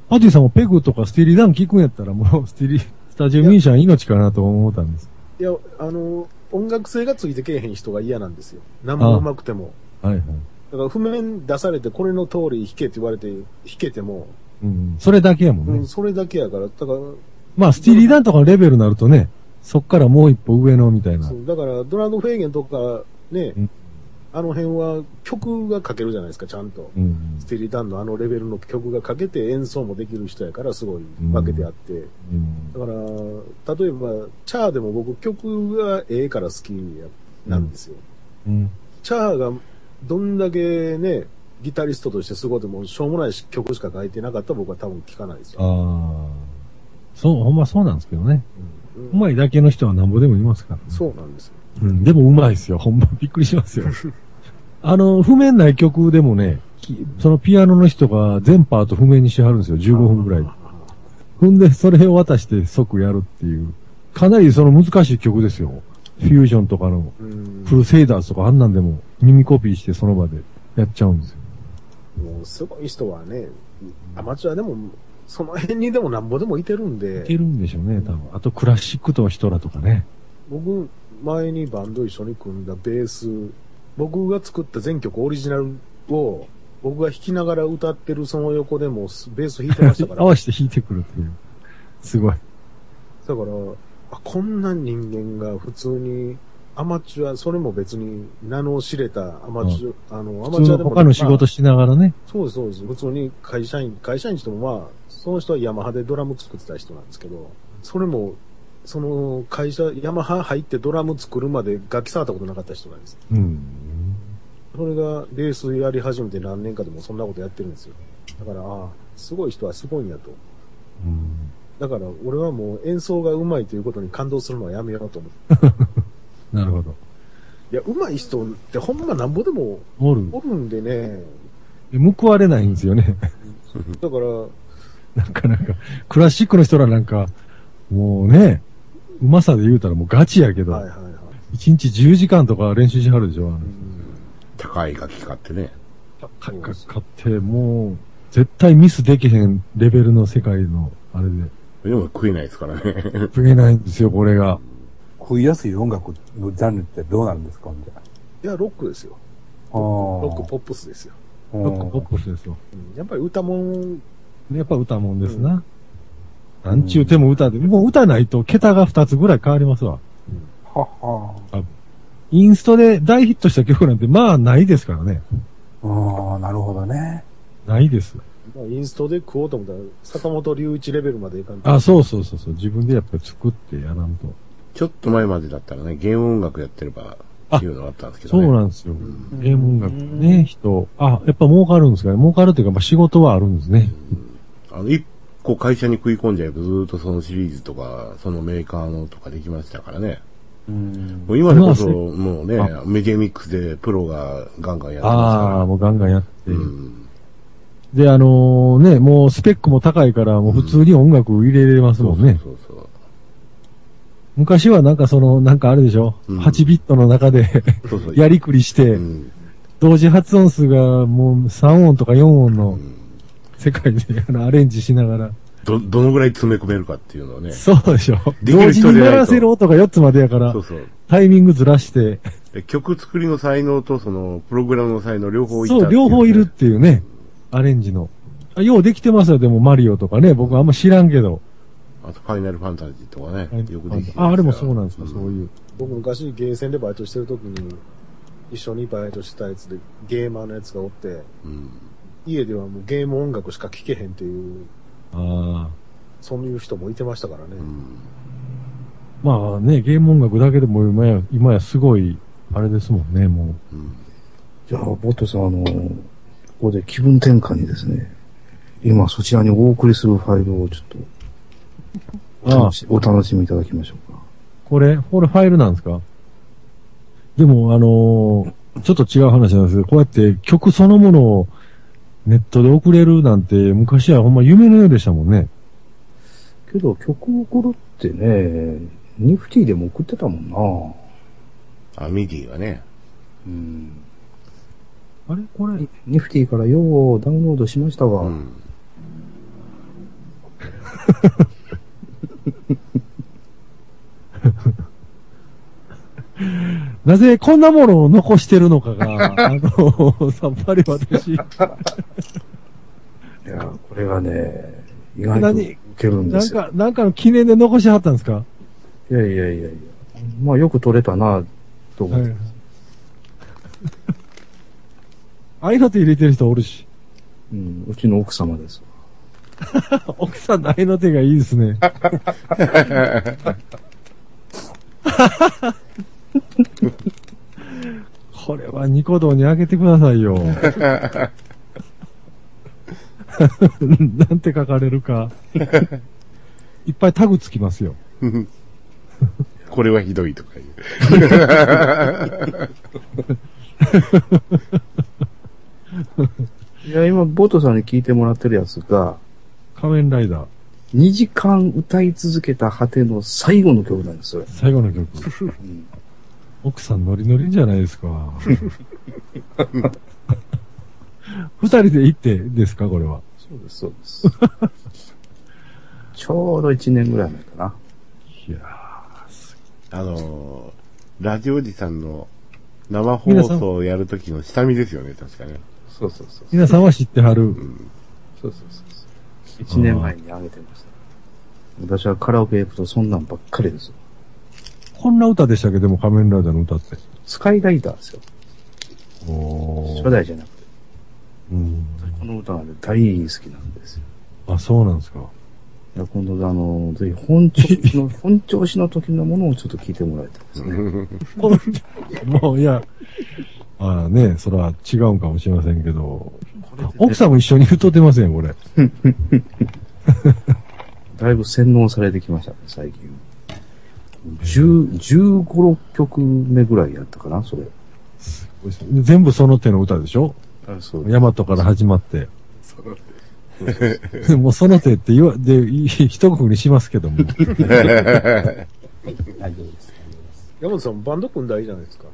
[SPEAKER 7] パティさんもペグとかスティーリーダン聞くんやったら、もう、スティーリー、スタジオミュージシャン命かなと思ったんです。
[SPEAKER 5] いや、あの、音楽性がついてけえへん人が嫌なんですよ。何も上手くても。
[SPEAKER 7] はいはい。
[SPEAKER 5] だから譜面出されて、これの通り弾けって言われて、弾けても、
[SPEAKER 7] うん。それだけやもん
[SPEAKER 5] う
[SPEAKER 7] ね。
[SPEAKER 5] ん、それだけやから、だから、
[SPEAKER 7] まあ、スティーリーダンとかのレベルになるとね、そっからもう一歩上のみたいな。
[SPEAKER 5] そうだから、ドラムフェーゲンとか、ね、
[SPEAKER 7] うん
[SPEAKER 5] あの辺は曲が書けるじゃないですか、ちゃんと。
[SPEAKER 7] うん
[SPEAKER 5] ス。テリーダンのあのレベルの曲が書けて演奏もできる人やから、すごい分けてあって。
[SPEAKER 7] うん
[SPEAKER 5] だから、例えば、チャーでも僕曲がええから好きやなんですよ。
[SPEAKER 7] うん。
[SPEAKER 5] チャーがどんだけね、ギタリストとしてすごいでも、しょうもないし曲しか書いてなかったら僕は多分聴かないです
[SPEAKER 7] あ
[SPEAKER 5] よ。
[SPEAKER 7] あ。そう、ほんまそうなんですけどね。
[SPEAKER 5] うん
[SPEAKER 7] うまいだけの人はなんぼでもいますから、ね。
[SPEAKER 5] そうなんですよ。
[SPEAKER 7] うん、でもうまいですよ。ほんまびっくりし ますよ。あの、譜面ない曲でもね、きそのピアノの人が全パート譜面にしてはるんですよ。15分ぐらい。踏んで、それを渡して即やるっていう。かなりその難しい曲ですよ。フュージョンとかの、
[SPEAKER 5] うん
[SPEAKER 7] クルセイダーズとかあんなんでも耳コピーしてその場でやっちゃうんですよ。
[SPEAKER 5] もうすごい人はね、アマチュアでも、その辺にでもなんぼでもいてるん
[SPEAKER 7] いけ
[SPEAKER 5] で、
[SPEAKER 7] るんでしょうね、多分。あとクラシックと人らとかね。
[SPEAKER 5] 僕、前にバンド一緒に組んだベース、僕が作った全曲オリジナルを、僕が弾きながら歌ってるその横でもうベース弾いてましたから、
[SPEAKER 7] 合
[SPEAKER 5] だか
[SPEAKER 7] わせて弾いてくるっていう。すごい。
[SPEAKER 5] ら、あこんな人間が普通に、アマチュア、それも別に名の知れたアマチュア、あの、アマチ
[SPEAKER 7] 普通
[SPEAKER 5] ュア
[SPEAKER 7] の
[SPEAKER 5] でも、
[SPEAKER 7] 他の仕事しながらね。
[SPEAKER 5] そうです、そうです。普通に会社員、会社員にしてもまあ、その人はヤマハでドラム作ってた人なんですけど、それも、その会社、ヤマハ入ってドラム作るまで楽器触ったことなかった人なんです。
[SPEAKER 7] うん。
[SPEAKER 5] それがレースやり始めて何年かでもそんなことやってるんですよ。だから、ああ、すごい人はすごいんやと。
[SPEAKER 7] うん
[SPEAKER 5] だから、俺はもう演奏が上手いということに感動するのはやめようと思って。
[SPEAKER 7] なるほど。
[SPEAKER 5] いや、上手い人ってほんまなんぼでも
[SPEAKER 7] おる。
[SPEAKER 5] おるんでね。
[SPEAKER 7] で報われないんですよね。
[SPEAKER 5] だから、
[SPEAKER 7] なかなか。クラシックの人らなんか、もうね、うまさで言うたらもうガチやけど、
[SPEAKER 5] はいはいはい。
[SPEAKER 7] 1日10時間とか練習しはるでしょ。あの
[SPEAKER 3] 高い楽器買ってね。
[SPEAKER 7] カッカッカって、もう、絶対ミスできへんレベルの世界の、あれで。
[SPEAKER 3] でも食えないですからね。
[SPEAKER 7] 食えないんですよ、これが。
[SPEAKER 4] 食いやすい音楽のジャンルってどうなるんですかみたいな。
[SPEAKER 5] いや、ロックですよ。ロ
[SPEAKER 4] ロ
[SPEAKER 5] ック、ポップスですよ。
[SPEAKER 7] ロックポップスですよ。
[SPEAKER 5] やっぱり歌もん、
[SPEAKER 7] やっぱ歌もんですな。なんちゅうても歌で、もう歌ないと桁が2つぐらい変わりますわ。
[SPEAKER 4] はは
[SPEAKER 7] インストで大ヒットした曲なんて、まあないですからね。
[SPEAKER 4] ああ、なるほどね。
[SPEAKER 7] ないです。
[SPEAKER 5] まあインストで食おうと思ったら、坂本龍一レベルまでいかんと。
[SPEAKER 7] あ、そうそうそうそう。自分でやっぱり作ってやらんと。
[SPEAKER 3] ちょっと前までだったらね、ゲーム音楽やってれば、っていうのがあったんですけど
[SPEAKER 7] そ
[SPEAKER 3] ね。
[SPEAKER 7] うなんですよ。ゲーム音楽ね、人。あ、やっぱ儲かるんですかね。儲かるというか、まあ仕事はあるんですね。
[SPEAKER 3] あの、一個会社に食い込んじゃえばずーっとそのシリーズとか、そのメーカーのとかできましたからね。
[SPEAKER 4] うん。
[SPEAKER 3] もう今でこそ、もうね
[SPEAKER 7] あ、
[SPEAKER 3] メディアミックスでプロがガンガンやってますから。
[SPEAKER 7] ああ、もうガンガンやって。
[SPEAKER 3] うん。
[SPEAKER 7] で、あのね、もうスペックも高いから、もう普通に音楽入れれますもんね。
[SPEAKER 3] そうそうそう。
[SPEAKER 7] 昔はなんかその、なんかあれでしょ、
[SPEAKER 3] うん
[SPEAKER 7] ?8 ビットの 中で
[SPEAKER 3] そうそう。
[SPEAKER 7] やりくりして
[SPEAKER 3] う、ん。
[SPEAKER 7] 同時発音数がもう3音とか4音
[SPEAKER 3] う
[SPEAKER 7] の
[SPEAKER 3] ん
[SPEAKER 7] 世界で あのアレンジしながら。
[SPEAKER 3] ど、どのぐらい詰め込めるかっていうのをね。
[SPEAKER 7] そうでしょ
[SPEAKER 3] でき
[SPEAKER 7] 同
[SPEAKER 3] る
[SPEAKER 7] 時
[SPEAKER 3] 人
[SPEAKER 7] に
[SPEAKER 3] でないと
[SPEAKER 7] 鳴らせる音が4つまでやから
[SPEAKER 3] そ、うそう。
[SPEAKER 7] タイミングずらして、
[SPEAKER 3] で曲作りの才能とその、プログラムの才能両方いた
[SPEAKER 7] そう、
[SPEAKER 3] ってい
[SPEAKER 7] 両方いるっていうね、アレンジの。あようできてますよ、でもマリオとかね、僕あんま知らんけど。
[SPEAKER 3] あと、ファイナルファンタジーとかね、よくできてる
[SPEAKER 7] あ、あれもそうなんですか、そういう。
[SPEAKER 5] 僕昔ゲーセンでバイトしてる時に、一緒にバイトしてたやつで、ゲーマーのやつがおって、
[SPEAKER 3] うん。
[SPEAKER 5] 家ではもうゲーム音楽しか聴けへんっていう、
[SPEAKER 7] ああ。
[SPEAKER 5] そういう人もいてましたからね。
[SPEAKER 3] うん。
[SPEAKER 7] まあね、ゲーム音楽だけでも今や、今やすごい、あれですもんね、も
[SPEAKER 3] うん。
[SPEAKER 1] じゃあ、ボットさん、あの、ここで気分転換にですね、今そちらにお送りするファイルをちょっと
[SPEAKER 7] う。ああ
[SPEAKER 1] 楽、しお楽しみいただきましょうか。
[SPEAKER 7] これ、これファイルなんですかでも、あのーちょっと違う話なんですけど、こうやって曲そのものをネットで送れるなんて、昔はほんま夢のようでしたもんね。
[SPEAKER 1] けど曲を送るってね、ニフティでも送ってたもんな。
[SPEAKER 3] あ、ミディはね。
[SPEAKER 1] うん。
[SPEAKER 7] あれこれ、
[SPEAKER 1] ニフティからようダウンロードしましたが、
[SPEAKER 3] うん。
[SPEAKER 7] なぜこんなものを残してるのかが、あの、さっぱり私、
[SPEAKER 1] いや、これがね、意外と
[SPEAKER 7] 何
[SPEAKER 1] 受けるんで
[SPEAKER 7] なん
[SPEAKER 1] すよ。
[SPEAKER 7] か、なんかの記念で残しはったんですか
[SPEAKER 1] いやいやいやいや。まあよく撮れたな、と思
[SPEAKER 7] は
[SPEAKER 1] って。
[SPEAKER 7] い。ああいうの手入れてる人おるし。
[SPEAKER 1] うん、うちの奥様です。
[SPEAKER 7] 奥さんの愛の手がいいですね。これはニコ動にあげてくださいよ。なんて書かれるか。いっぱいタグつきますよ。
[SPEAKER 3] これはひどいとかいう。
[SPEAKER 1] いや、今、ボートさんに聞いてもらってるやつが、
[SPEAKER 7] 仮面ライダー、
[SPEAKER 1] 2時間歌い続けた果ての最後の曲なんです よ。
[SPEAKER 7] 最後の曲。奥さんノリノリじゃないですか。二人で行ってですか、これは。
[SPEAKER 1] そうです、そうです。ちょうど1年ぐらい前かな。
[SPEAKER 7] いや
[SPEAKER 3] あのー、ラジオおじさんの生放送をやるときの下見ですよね、確かね。
[SPEAKER 1] そうそうそう。
[SPEAKER 7] 皆さんは知ってはる。
[SPEAKER 1] そうそうそう。1年前にあげてました。私はカラオケ行くとそんなんばっかりですよ。
[SPEAKER 7] こんな歌でしたっけども、仮面ライダーの歌って。
[SPEAKER 1] スカイライダーですよ。
[SPEAKER 7] お
[SPEAKER 1] 初代じゃなくて。
[SPEAKER 7] うん。
[SPEAKER 1] この歌がね、大好きなんですよ。
[SPEAKER 7] あ、そうなんですか。
[SPEAKER 1] いや、今度、あの、ぜひ本調子の、本調子の時のものをちょっと聞いてもらいたいですね。
[SPEAKER 7] もう、いや、ああね、それは違うんかもしれませんけど、奥さんも一緒に歌ってますね、これ。
[SPEAKER 1] だいぶ洗脳されてきましたね、最近。10 15、6曲目ぐらいやったかな、それ。
[SPEAKER 7] 全部その手の歌でしょ
[SPEAKER 1] あそ
[SPEAKER 7] ヤマトから始まって。もうその手って言わ、で、い一国にしますけども。
[SPEAKER 5] 山本さんバンド組んだらいいじゃないですか。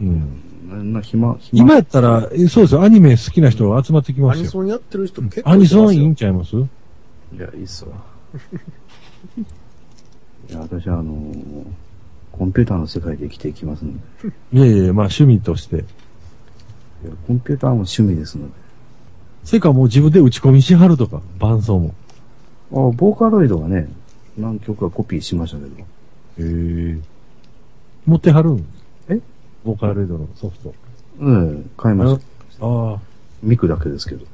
[SPEAKER 7] うん、
[SPEAKER 1] そんな暇、暇。
[SPEAKER 7] 今やったら、えそうですよ、アニメ好きな人が集まってき
[SPEAKER 5] ア
[SPEAKER 7] ます
[SPEAKER 5] ニ
[SPEAKER 7] よ。
[SPEAKER 5] ソンやってる人結構
[SPEAKER 7] ア
[SPEAKER 5] い
[SPEAKER 7] ニ
[SPEAKER 5] てま
[SPEAKER 7] ソ
[SPEAKER 5] す
[SPEAKER 7] ンいい
[SPEAKER 5] よ
[SPEAKER 7] ん。ちゃいます
[SPEAKER 1] いや、いいっすわ。 いや、私はあのーコンピューターの世界で生きていきますので。
[SPEAKER 7] いやいや、まあ趣味とし
[SPEAKER 1] い
[SPEAKER 7] て。
[SPEAKER 1] やコンピューターも趣味ですので。
[SPEAKER 7] それかもう自分で打ち込みしはるとか、伴奏も。
[SPEAKER 1] あ、ボーカロイドはね、何曲かコピーしましたけど。
[SPEAKER 7] へえ。持ってはるん
[SPEAKER 1] え
[SPEAKER 7] ボーカルレイドのソフト。
[SPEAKER 1] うん、買いました。
[SPEAKER 7] ああ。
[SPEAKER 1] ミクだけですけど。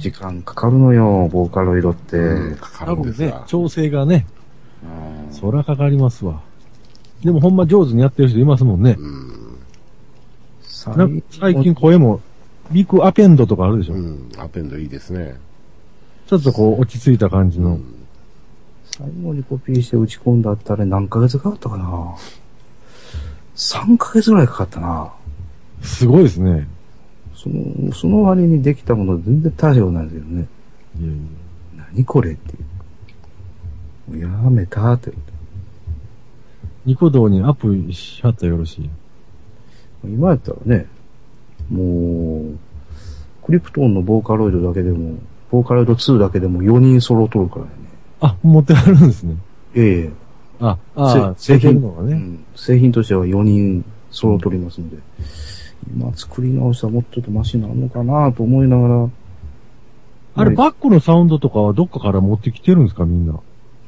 [SPEAKER 1] 時間かかるのよ、ボーカロイドって。
[SPEAKER 3] うんかか
[SPEAKER 7] 多
[SPEAKER 3] るん
[SPEAKER 7] 分
[SPEAKER 3] です
[SPEAKER 7] ね
[SPEAKER 3] が、。
[SPEAKER 7] 調整がね、
[SPEAKER 1] うん
[SPEAKER 7] そらかかりますわ。でもほんま上手にやってる人いますもんね。
[SPEAKER 3] うん。
[SPEAKER 1] 最
[SPEAKER 7] なんか最近声も、ビッグアペンドとかあるでしょ、
[SPEAKER 3] うん。アペンドいいですね。
[SPEAKER 7] ちょっとこう落ち着いた感じ
[SPEAKER 3] う
[SPEAKER 7] の。
[SPEAKER 3] ん。
[SPEAKER 1] 最後にコピーして打ち込んだったら何ヶ月かかったかな ?3 ヶ月ぐらいかかったな。
[SPEAKER 7] すごいですね。
[SPEAKER 1] その、その割にできたもの全然大したことないんですけどね。
[SPEAKER 7] いやいや
[SPEAKER 1] 何これっていう。もうやめたって。も
[SPEAKER 7] ニコ動にアップしはったらよろしい。
[SPEAKER 1] う今やったらね、もう、クリプトンのボーカロイドだけでも、ボーカロイド2だけでも4人揃うとるからね。
[SPEAKER 7] あ、持ってはるんですね。
[SPEAKER 1] ええ
[SPEAKER 7] あ、ああ、
[SPEAKER 1] せ製
[SPEAKER 7] 持ってる
[SPEAKER 1] 品
[SPEAKER 7] のが
[SPEAKER 1] う
[SPEAKER 7] ね。
[SPEAKER 1] ん製品としては4人揃うとりますので、今作り直したらもうちょっとマシになるのかなと思いながら、
[SPEAKER 7] あれ、バックのサウンドとかはどっかから持ってきてるんですか、みんな。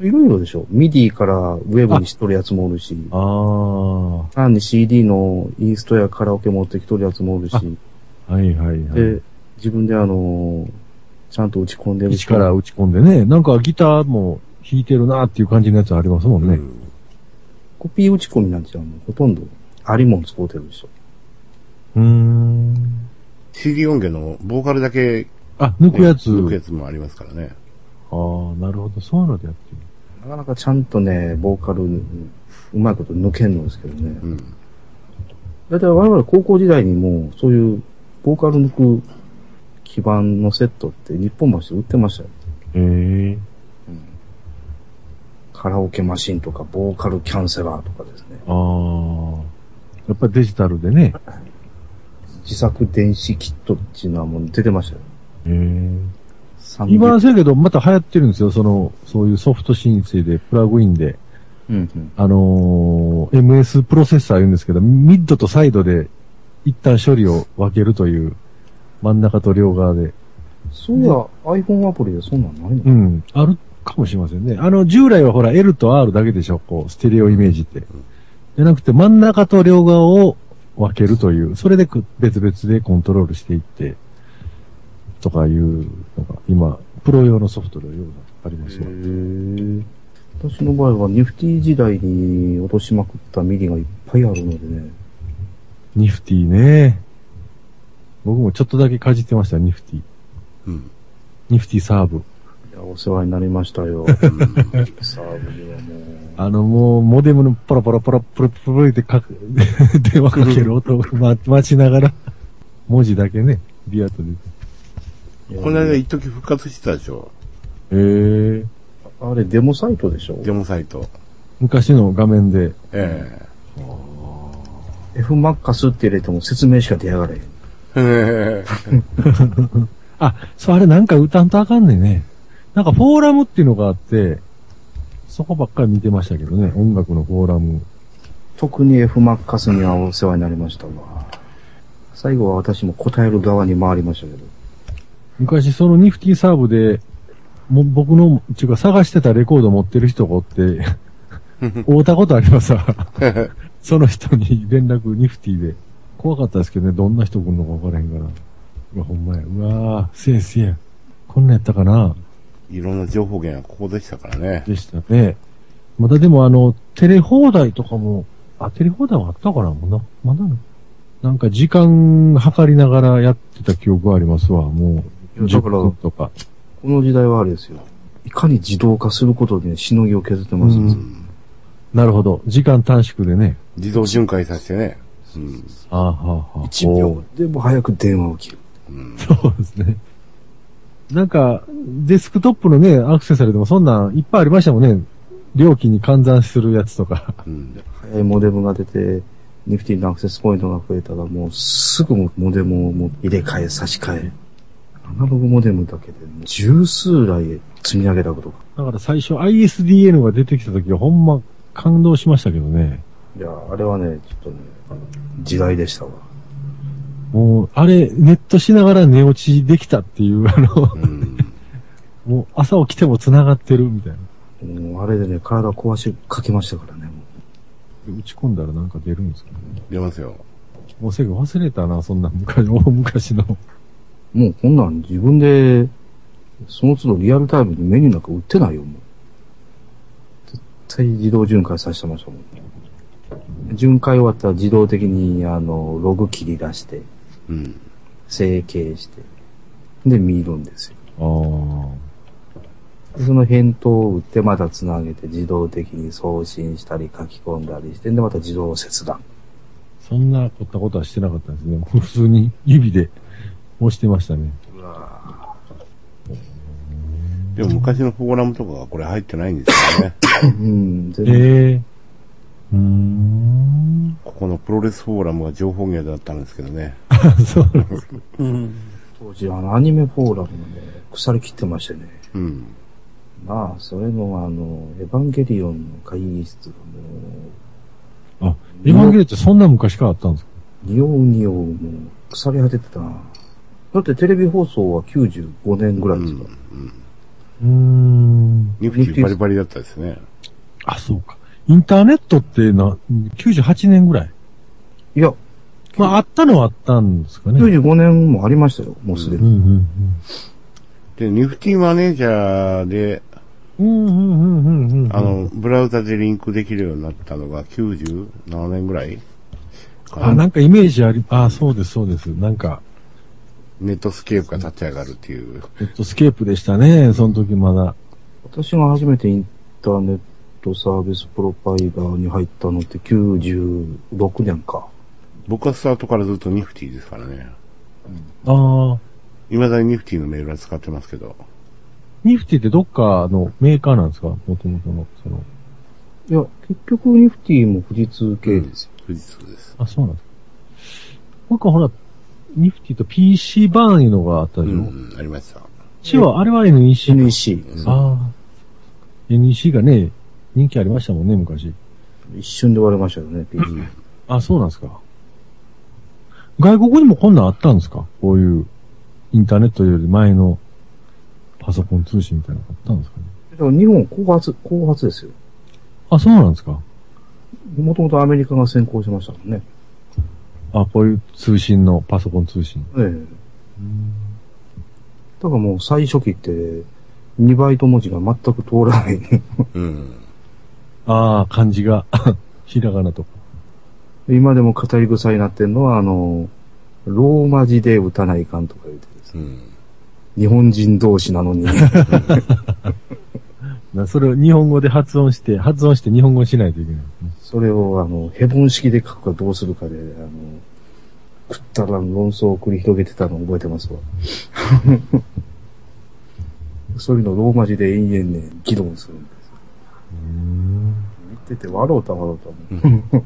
[SPEAKER 1] いろいろでしょ。ミディからウェブにしとるやつもおるし、
[SPEAKER 7] ああ。は
[SPEAKER 1] 単に CD のインストやカラオケ持ってきとるやつもおるし、
[SPEAKER 7] いはいはい。
[SPEAKER 1] で、自分であのーちゃんと打ち込んでる
[SPEAKER 7] 一から打ち込んでね、なんかギターも弾いてるなっていう感じのやつありますもん
[SPEAKER 3] う
[SPEAKER 7] ね。
[SPEAKER 3] ん
[SPEAKER 1] コピー打ち込みなんていうのはもうほとんどありもん使うてるでしょ。
[SPEAKER 7] うーん。
[SPEAKER 3] CD 音源のボーカルだけ、
[SPEAKER 7] あ、抜くやつ。
[SPEAKER 3] 抜くやつもありますからね。
[SPEAKER 7] ああ、なるほど。そういうのでやってる。
[SPEAKER 1] なかなかちゃんとね、ボーカル、うんうまいこと抜けんのですけどね
[SPEAKER 3] う。ん。
[SPEAKER 1] だいたい我々高校時代にもう、そういうボーカル抜く基盤のセットって日本橋で売ってましたよ。
[SPEAKER 7] へえ。
[SPEAKER 1] カラオケマシンとか、ボーカルキャンセラーとかですね。
[SPEAKER 7] ああ。やっぱりデジタルでね。
[SPEAKER 1] 自作電子キットっていうのはもう出てましたよ。
[SPEAKER 7] へえ。
[SPEAKER 1] 3
[SPEAKER 7] 今のせやけど、また流行ってるんですよ。その、そういうソフト申請で、プラグインで。
[SPEAKER 1] うんうん。
[SPEAKER 7] あのー MS プロセッサー言うんですけど、ミッドとサイドで一旦処理を分けるという、真ん中と両側で。
[SPEAKER 1] そういや、iPhone アプリでそんなんないの
[SPEAKER 7] うん、あるかもしれませんね。あの、従来はほら L と R だけでしょ、こう、ステレオイメージって。じゃなくて真ん中と両側を分けるという、それでく別々でコントロールしていって、とかいうのが、今、プロ用のソフトでようなありますわ。
[SPEAKER 1] 私の場合は、ニフティ時代に落としまくったミリがいっぱいあるのでね。
[SPEAKER 7] ニフティね。僕もちょっとだけかじってました、ニフティ。
[SPEAKER 3] うん。
[SPEAKER 7] ニフティサーブ。
[SPEAKER 1] いや、お世話になりました よ。サーブにはもう。
[SPEAKER 7] あの、もう、モデムのパラパラパラプルプルプルってかく、 電話かける音を待待ちながら、文字だけね、ビアとで。
[SPEAKER 3] この間一時復活してたでしょ。
[SPEAKER 7] えー、
[SPEAKER 1] あれ、デモサイトでしょ
[SPEAKER 3] デモサイト。
[SPEAKER 7] 昔の画面で、
[SPEAKER 3] え
[SPEAKER 1] ?F マッカスって入れても説明しか出やがれへん。
[SPEAKER 3] え
[SPEAKER 7] あ、そう、あれなんか歌んとあかんねんね。なんかフォーラムっていうのがあって、そこばっかり見てましたけどね、音楽のフォーラム。
[SPEAKER 1] 特に F マッカスにはお世話になりましたわ。最後は私も答える側に回りましたけど。
[SPEAKER 7] 昔そのニフティサーブで、も僕の、ちゅうか探してたレコード持ってる人がおって、会うたことありま すわ。その人に連絡ニフティで。怖かったですけどね、どんな人来るのか分からへんから。うわ、ほんまや。うわぁ、せやせや。こんなんやったかない
[SPEAKER 3] ろんな情報源がここでしたからね。
[SPEAKER 7] でしたね。またでもあの、テレ放題とかも、あ、テレ放題はあったかなもうな、まだな。なんか時間計りながらやってた記憶はありますわ。もう、
[SPEAKER 1] いやだ
[SPEAKER 7] 10
[SPEAKER 1] から
[SPEAKER 7] 分とか。
[SPEAKER 1] この時代はあれですよ。いかに自動化することでしのぎを削ってます、
[SPEAKER 7] うんなるほど。時間短縮でね。
[SPEAKER 3] 自動巡回させてね。うん。
[SPEAKER 7] ああ、はあ、はあ。
[SPEAKER 1] 1秒でも早く電話を切る。
[SPEAKER 3] うん。
[SPEAKER 7] そうですね。なんか、デスクトップのね、アクセサリーでもそんなんいっぱいありましたもんね。料金に換算するやつとか。
[SPEAKER 3] うん。
[SPEAKER 1] 早いモデムが出て、ニフティのアクセスポイントが増えたら、もうすぐモデムをもう入れ替え、差し替え。アナログモデムだけで、十数台積み上げたことが。
[SPEAKER 7] だから最初 ISDN が出てきた時はほんま感動しましたけどね。
[SPEAKER 1] いや、あれはね、ちょっとね、時代でしたわ。
[SPEAKER 7] もう、あれ、ネットしながら寝落ちできたっていう、あ の、
[SPEAKER 3] うん。
[SPEAKER 7] もう朝起きても繋がってるみたいな。
[SPEAKER 1] もうあれでね、体壊しかけましたからね。も
[SPEAKER 7] 打ち込んだらなんか出るんですかね。
[SPEAKER 3] 出ますよ。
[SPEAKER 7] もうせが忘れたな、そんな昔、大昔の。
[SPEAKER 1] うもうこんなん自分で、その都度リアルタイムにメニューなんか売ってないよ、もう。絶対自動巡回させてましたもん。巡回終わったら自動的に、あの、ログ切り出して、
[SPEAKER 3] うん。
[SPEAKER 1] 整形して、で、見るんですよ。
[SPEAKER 7] ああ。
[SPEAKER 1] でその返答を打って、また繋げて、自動的に送信したり書き込んだりして、で、また自動切断。
[SPEAKER 7] そんな凝ったことはしてなかったですね。普通に指で押してましたね。
[SPEAKER 3] でも昔のフォーラムとかがこれ入ってないんですよ ね。
[SPEAKER 1] うん、全
[SPEAKER 7] ええ
[SPEAKER 1] 然。
[SPEAKER 7] うーん。
[SPEAKER 3] ここのプロレスフォーラムが情報源だったんですけどね。
[SPEAKER 7] そうなんです。
[SPEAKER 1] 当時、あの、アニメフォーラムで、ね、鎖切ってましてね。
[SPEAKER 3] うん。
[SPEAKER 1] まあ、それの、あの、エヴァンゲリオンの会議室がも
[SPEAKER 7] あ、エヴァンゲリオンってそんな昔からあったんですか
[SPEAKER 1] う、におうにおう、もう、腐り果ててたな。だってテレビ放送は95年ぐらいですから。
[SPEAKER 7] うーん。
[SPEAKER 3] ニフティバリバリだったですね。
[SPEAKER 7] あ、そうか。インターネットってな、98年ぐらい。
[SPEAKER 1] いや、
[SPEAKER 7] まあ、あったのはあったんですかね。
[SPEAKER 1] 95年もありましたよ、もうすで
[SPEAKER 7] うん
[SPEAKER 1] に。
[SPEAKER 7] うん
[SPEAKER 3] で、ニフティマネージャーで、
[SPEAKER 7] うん。うんうんうんうんうんうん。
[SPEAKER 3] あの、ブラウザでリンクできるようになったのが97年ぐらいか
[SPEAKER 7] あ、
[SPEAKER 3] な
[SPEAKER 7] なんかイメージあり、あ、そうです、そうです。なんか、
[SPEAKER 3] ネットスケープが立ち上がるっていう。
[SPEAKER 7] ネットスケープでしたね、その時まだ。
[SPEAKER 1] 私が初めてインターネットサービスプロパイダーに入ったのって96年か。
[SPEAKER 3] 僕はスタートからずっとニフティですからね。
[SPEAKER 7] ああ、
[SPEAKER 3] 未だにニフティのメールは使ってますけど。
[SPEAKER 7] ニフティってどっかのメーカーなんですかもともとの、その。
[SPEAKER 1] いや、結局ニフティも富士通系ですよ。
[SPEAKER 3] 富士通です。
[SPEAKER 7] あ、そうなんですか。僕ほら、ニフティと PC 版いうのがあった
[SPEAKER 3] う、
[SPEAKER 7] でしょ。うん
[SPEAKER 3] ありました。
[SPEAKER 7] ちは、あれは NEC か。
[SPEAKER 1] NEC。
[SPEAKER 7] ああ。NEC がね、人気ありましたもんね、昔。
[SPEAKER 1] 一瞬で割れましたよね、PC。
[SPEAKER 7] あ、そうなんですか。外国にもこんなんあったんですかこういう、インターネットより前のパソコン通信みたいなのあったんですかね。
[SPEAKER 1] だから日本後発、後発ですよ。
[SPEAKER 7] あ、そうなんですか
[SPEAKER 1] もともとアメリカが先行しましたもんね。
[SPEAKER 7] あ、こういう通信の、パソコン通信。
[SPEAKER 1] ええ。だからもう最初期って、2バイト文字が全く通らない。
[SPEAKER 3] うん。
[SPEAKER 7] ああ、漢字が、 ひらがなとか。
[SPEAKER 1] 今でも語り草になってんのは、あの、ローマ字で打たないかんとか言うてですね
[SPEAKER 3] うん。
[SPEAKER 1] 日本人同士なのに。
[SPEAKER 7] なそれを日本語で発音して、発音して日本語にしないといけないですね。
[SPEAKER 1] それを、あの、ヘボン式で書くかどうするかで、あの、くったらん論争を繰り広げてたのを覚えてますわ。そういうのローマ字で延々ね、議論するんです。言ってて、笑うた笑うたもう。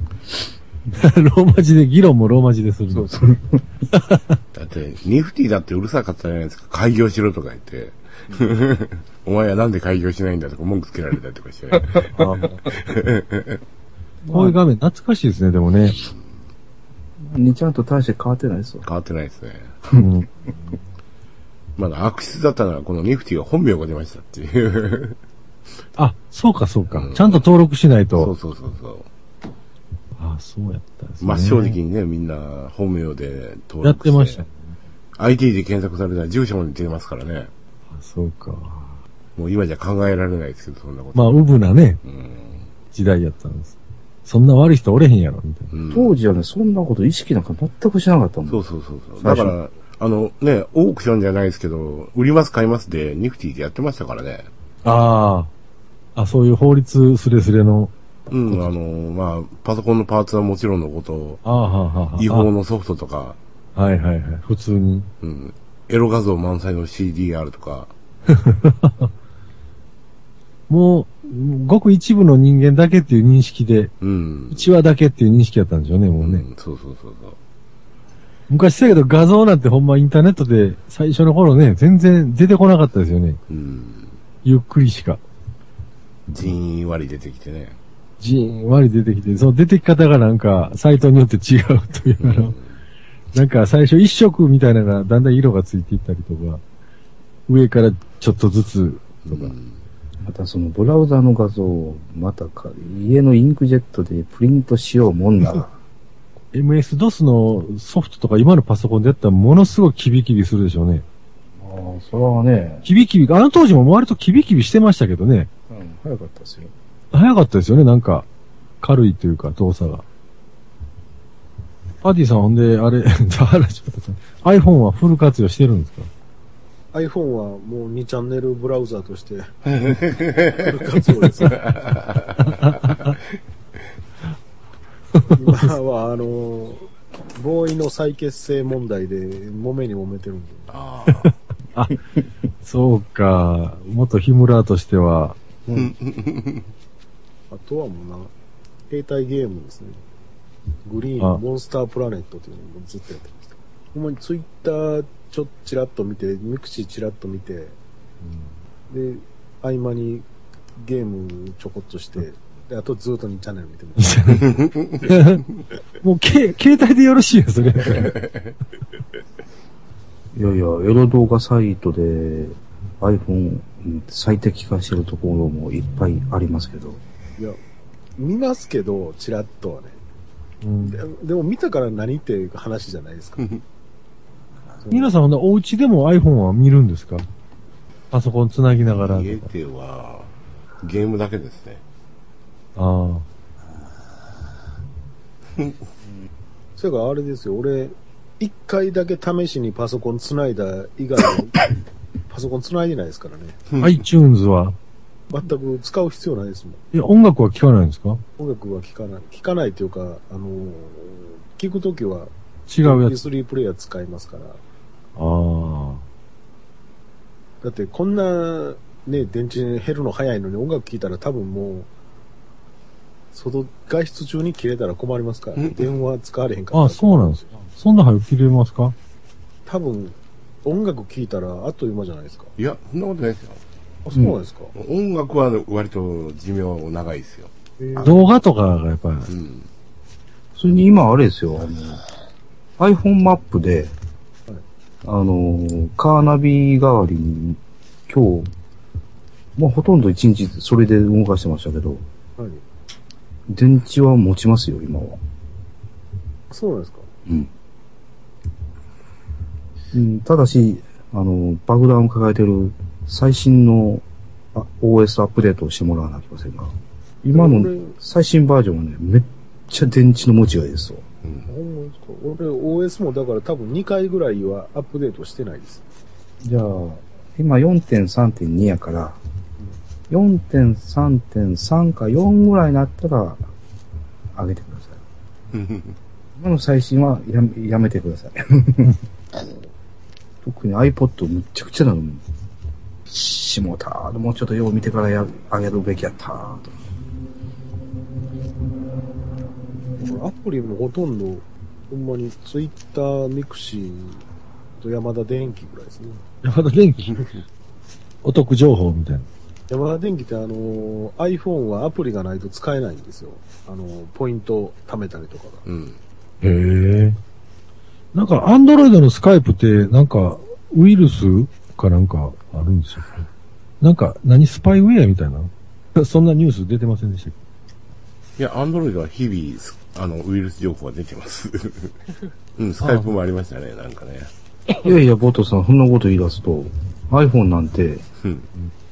[SPEAKER 7] ローマ字で、議論もローマ字でするの。
[SPEAKER 3] だって、ニフティだってうるさかったじゃないですか。開業しろとか言って。 お前はなんで開業しないんだとか文句つけられたりとかして。
[SPEAKER 7] こういう画面、懐かしいですね、でもね。
[SPEAKER 1] にちゃんと大して変わってないですわ。
[SPEAKER 3] 変わってないですね。
[SPEAKER 7] うん
[SPEAKER 3] まだ悪質だったのはこのニフティが本名が出ましたっていう。
[SPEAKER 7] あ、そうかそうか。
[SPEAKER 3] うん
[SPEAKER 7] ちゃんと登録しない
[SPEAKER 3] そう
[SPEAKER 7] と。
[SPEAKER 3] そうそうそう。
[SPEAKER 7] あ、そうやったんですね。
[SPEAKER 3] 真っ正直にね、みんな本名で登録して。
[SPEAKER 7] やってました。。
[SPEAKER 3] IT で検索されたら住所も出ますからね。
[SPEAKER 7] あ、そうか。
[SPEAKER 3] もう今じゃ考えられないですけど、そんなこと。
[SPEAKER 7] まあ、ウブなね、
[SPEAKER 3] うん。
[SPEAKER 7] 時代やったんです。そんな悪い人おれへんやろ、みたいな。
[SPEAKER 3] うん
[SPEAKER 1] 当時はね、そんなこと意識なんか全くしなかったもん。
[SPEAKER 3] そうそうそうそう。だ
[SPEAKER 1] 最初
[SPEAKER 3] から、あのね、オークションじゃないですけど、売ります買いますで、ニフティでやってましたからね。
[SPEAKER 7] ああ。あ、そういう法律すれすれの、
[SPEAKER 3] うん、あの、まあ、パソコンのパーツはもちろんのこと、
[SPEAKER 7] ああ、はあ、はあ。
[SPEAKER 3] 違法のソフトとか、
[SPEAKER 7] あ。はいはいはい。普通に。
[SPEAKER 3] うん、エロ画像満載の CDR とか、
[SPEAKER 7] もう、ごく一部の人間だけっていう認識で、
[SPEAKER 3] うん。
[SPEAKER 7] 一話だけっていう認識やったんでしょうね、もうね。
[SPEAKER 3] うん、そうそうそうそう。
[SPEAKER 7] 昔だけど画像なんてほんまインターネットで最初の頃ね、全然出てこなかったですよね。
[SPEAKER 3] うん。
[SPEAKER 7] ゆっくりしか。
[SPEAKER 3] じんわり出てきてね。
[SPEAKER 7] じんわり出てきて、その出てき方がなんか、サイトによって違うという、あの、なんか最初一色みたいなのがだんだん色がついていったりとか、上からちょっとずつ、
[SPEAKER 3] う
[SPEAKER 7] とか、
[SPEAKER 3] ん。
[SPEAKER 1] またそのブラウザの画像を、またか、家のインクジェットでプリントしようもん なら。
[SPEAKER 7] MS-DOS のソフトとか今のパソコンでやったらものすごいキビキビするでしょうね。
[SPEAKER 1] ああ、それはね、
[SPEAKER 7] キビキビ、あの当時も割とキビキビしてましたけどね。
[SPEAKER 1] うん、早かったですよ。
[SPEAKER 7] 早かったですよね、なんか。軽いというか、動作が。パーティーさん、ほんで、あれ、 話しちゃった。iPhone はフル活用してるんですか
[SPEAKER 5] iPhone はもう2チャンネルブラウザーとして、活用です。今は、あの、ボーイの再結成問題で、揉めに揉めてるんで。
[SPEAKER 3] ああ。
[SPEAKER 7] そうか、元ヒムラーとしては、
[SPEAKER 5] あとはもうな、携帯ゲームですね。グリーン
[SPEAKER 7] あ
[SPEAKER 5] のモンスタープラネットっていうのをずっとやってました。ほんまにツイッターちょっとちらっと見て、ミクシーちらっと見て、で、合間にゲームちょこっとして、であとずっと2チャンネル見てます。
[SPEAKER 7] もう、け、携帯でよろしいよ、それ。
[SPEAKER 1] いやいや、エロ動画サイトで iPhone、うん最適化してるところもいっぱいありますけど、
[SPEAKER 5] いや、見ますけど、チラッとはね。
[SPEAKER 7] うん
[SPEAKER 5] ででも見たから何っていう話じゃないですか。
[SPEAKER 7] 皆さん、ほんでお家でも iPhone は見るんですかパソコン繋ぎながらと
[SPEAKER 3] 家
[SPEAKER 7] か。
[SPEAKER 3] では、ゲームだけですね。
[SPEAKER 7] ああ。
[SPEAKER 5] それからあれですよ、俺、一回だけ試しにパソコン繋いだ以外の、パソコン繋いでないですからね。
[SPEAKER 7] iTunes は、
[SPEAKER 5] 全く使う必要ないですもん。
[SPEAKER 7] いや、音楽は聴かないんですか
[SPEAKER 5] 音楽は聴かない。聴かないというか、あのー、聴くときは
[SPEAKER 7] 違うやつ。
[SPEAKER 5] PS3 プレイヤー使いますから。
[SPEAKER 7] ああ。
[SPEAKER 5] だってこんな、ね、電池減るの早いのに音楽聴いたら多分もう、外、外出中に切れたら困りますから、ね、
[SPEAKER 3] うん
[SPEAKER 5] 電話使われへんから。
[SPEAKER 7] ああ、そうなんですよ。そんな早く切れますか
[SPEAKER 5] 多分、音楽聴いたらあっという間じゃないですか。
[SPEAKER 3] いや、そんなことないですよ。
[SPEAKER 5] あ、そうなんですか。
[SPEAKER 3] 音楽は割と寿命長いですよ。
[SPEAKER 5] えー
[SPEAKER 7] 動画とかがやっぱり、
[SPEAKER 3] うん。
[SPEAKER 1] それに今あれですよ、あの、iPhone マップで、あの、カーナビ代わりに、今日、まあほとんど一日それで動かしてましたけど、
[SPEAKER 5] はい
[SPEAKER 1] 電池は持ちますよ、今は。
[SPEAKER 5] そうなんですか。
[SPEAKER 1] うん。うん、ただし、あの、爆弾を抱えてる最新のあ OS アップデートをしてもらわなきゃいけませんが、今
[SPEAKER 5] これ
[SPEAKER 1] の最新バージョンはね、めっちゃ電池の持ちがいいですよ。
[SPEAKER 5] ほんまですか俺 OS もだから多分2回ぐらいはアップデートしてないです。
[SPEAKER 1] じゃあ、今4.3.2やから、4.3.3か4ぐらいになったら、上げてください。 今の最新はやめやめてください。 特に iPod むっちゃくちゃなの。しもうたーもうちょっとよう見てからや上げるべきや ったーと。
[SPEAKER 5] アプリもほとんど、ほんまに Twitter、ミクシーとヤマダ電機ぐらいですね。
[SPEAKER 7] 山田電機、お得情報みたいな。
[SPEAKER 5] ヤマダ電機ってあの、iPhone はアプリがないと使えないんですよ。あの、ポイント貯めたりとかが。
[SPEAKER 3] うん。
[SPEAKER 7] へえ。なんか、アンドロイドのスカイプって、なんか、ウイルスかなんかあるんですよ。なんか、何スパイウェアみたいな そんなニュース出てませんでしたっけ
[SPEAKER 3] いや、アンドロイドは日々、あの、ウイルス情報が出て ます。うん、スカイプもありましたね、なんかね。
[SPEAKER 1] いやいや、ボトさん、そんなこと言い出すと、iPhone なんて、
[SPEAKER 3] うん。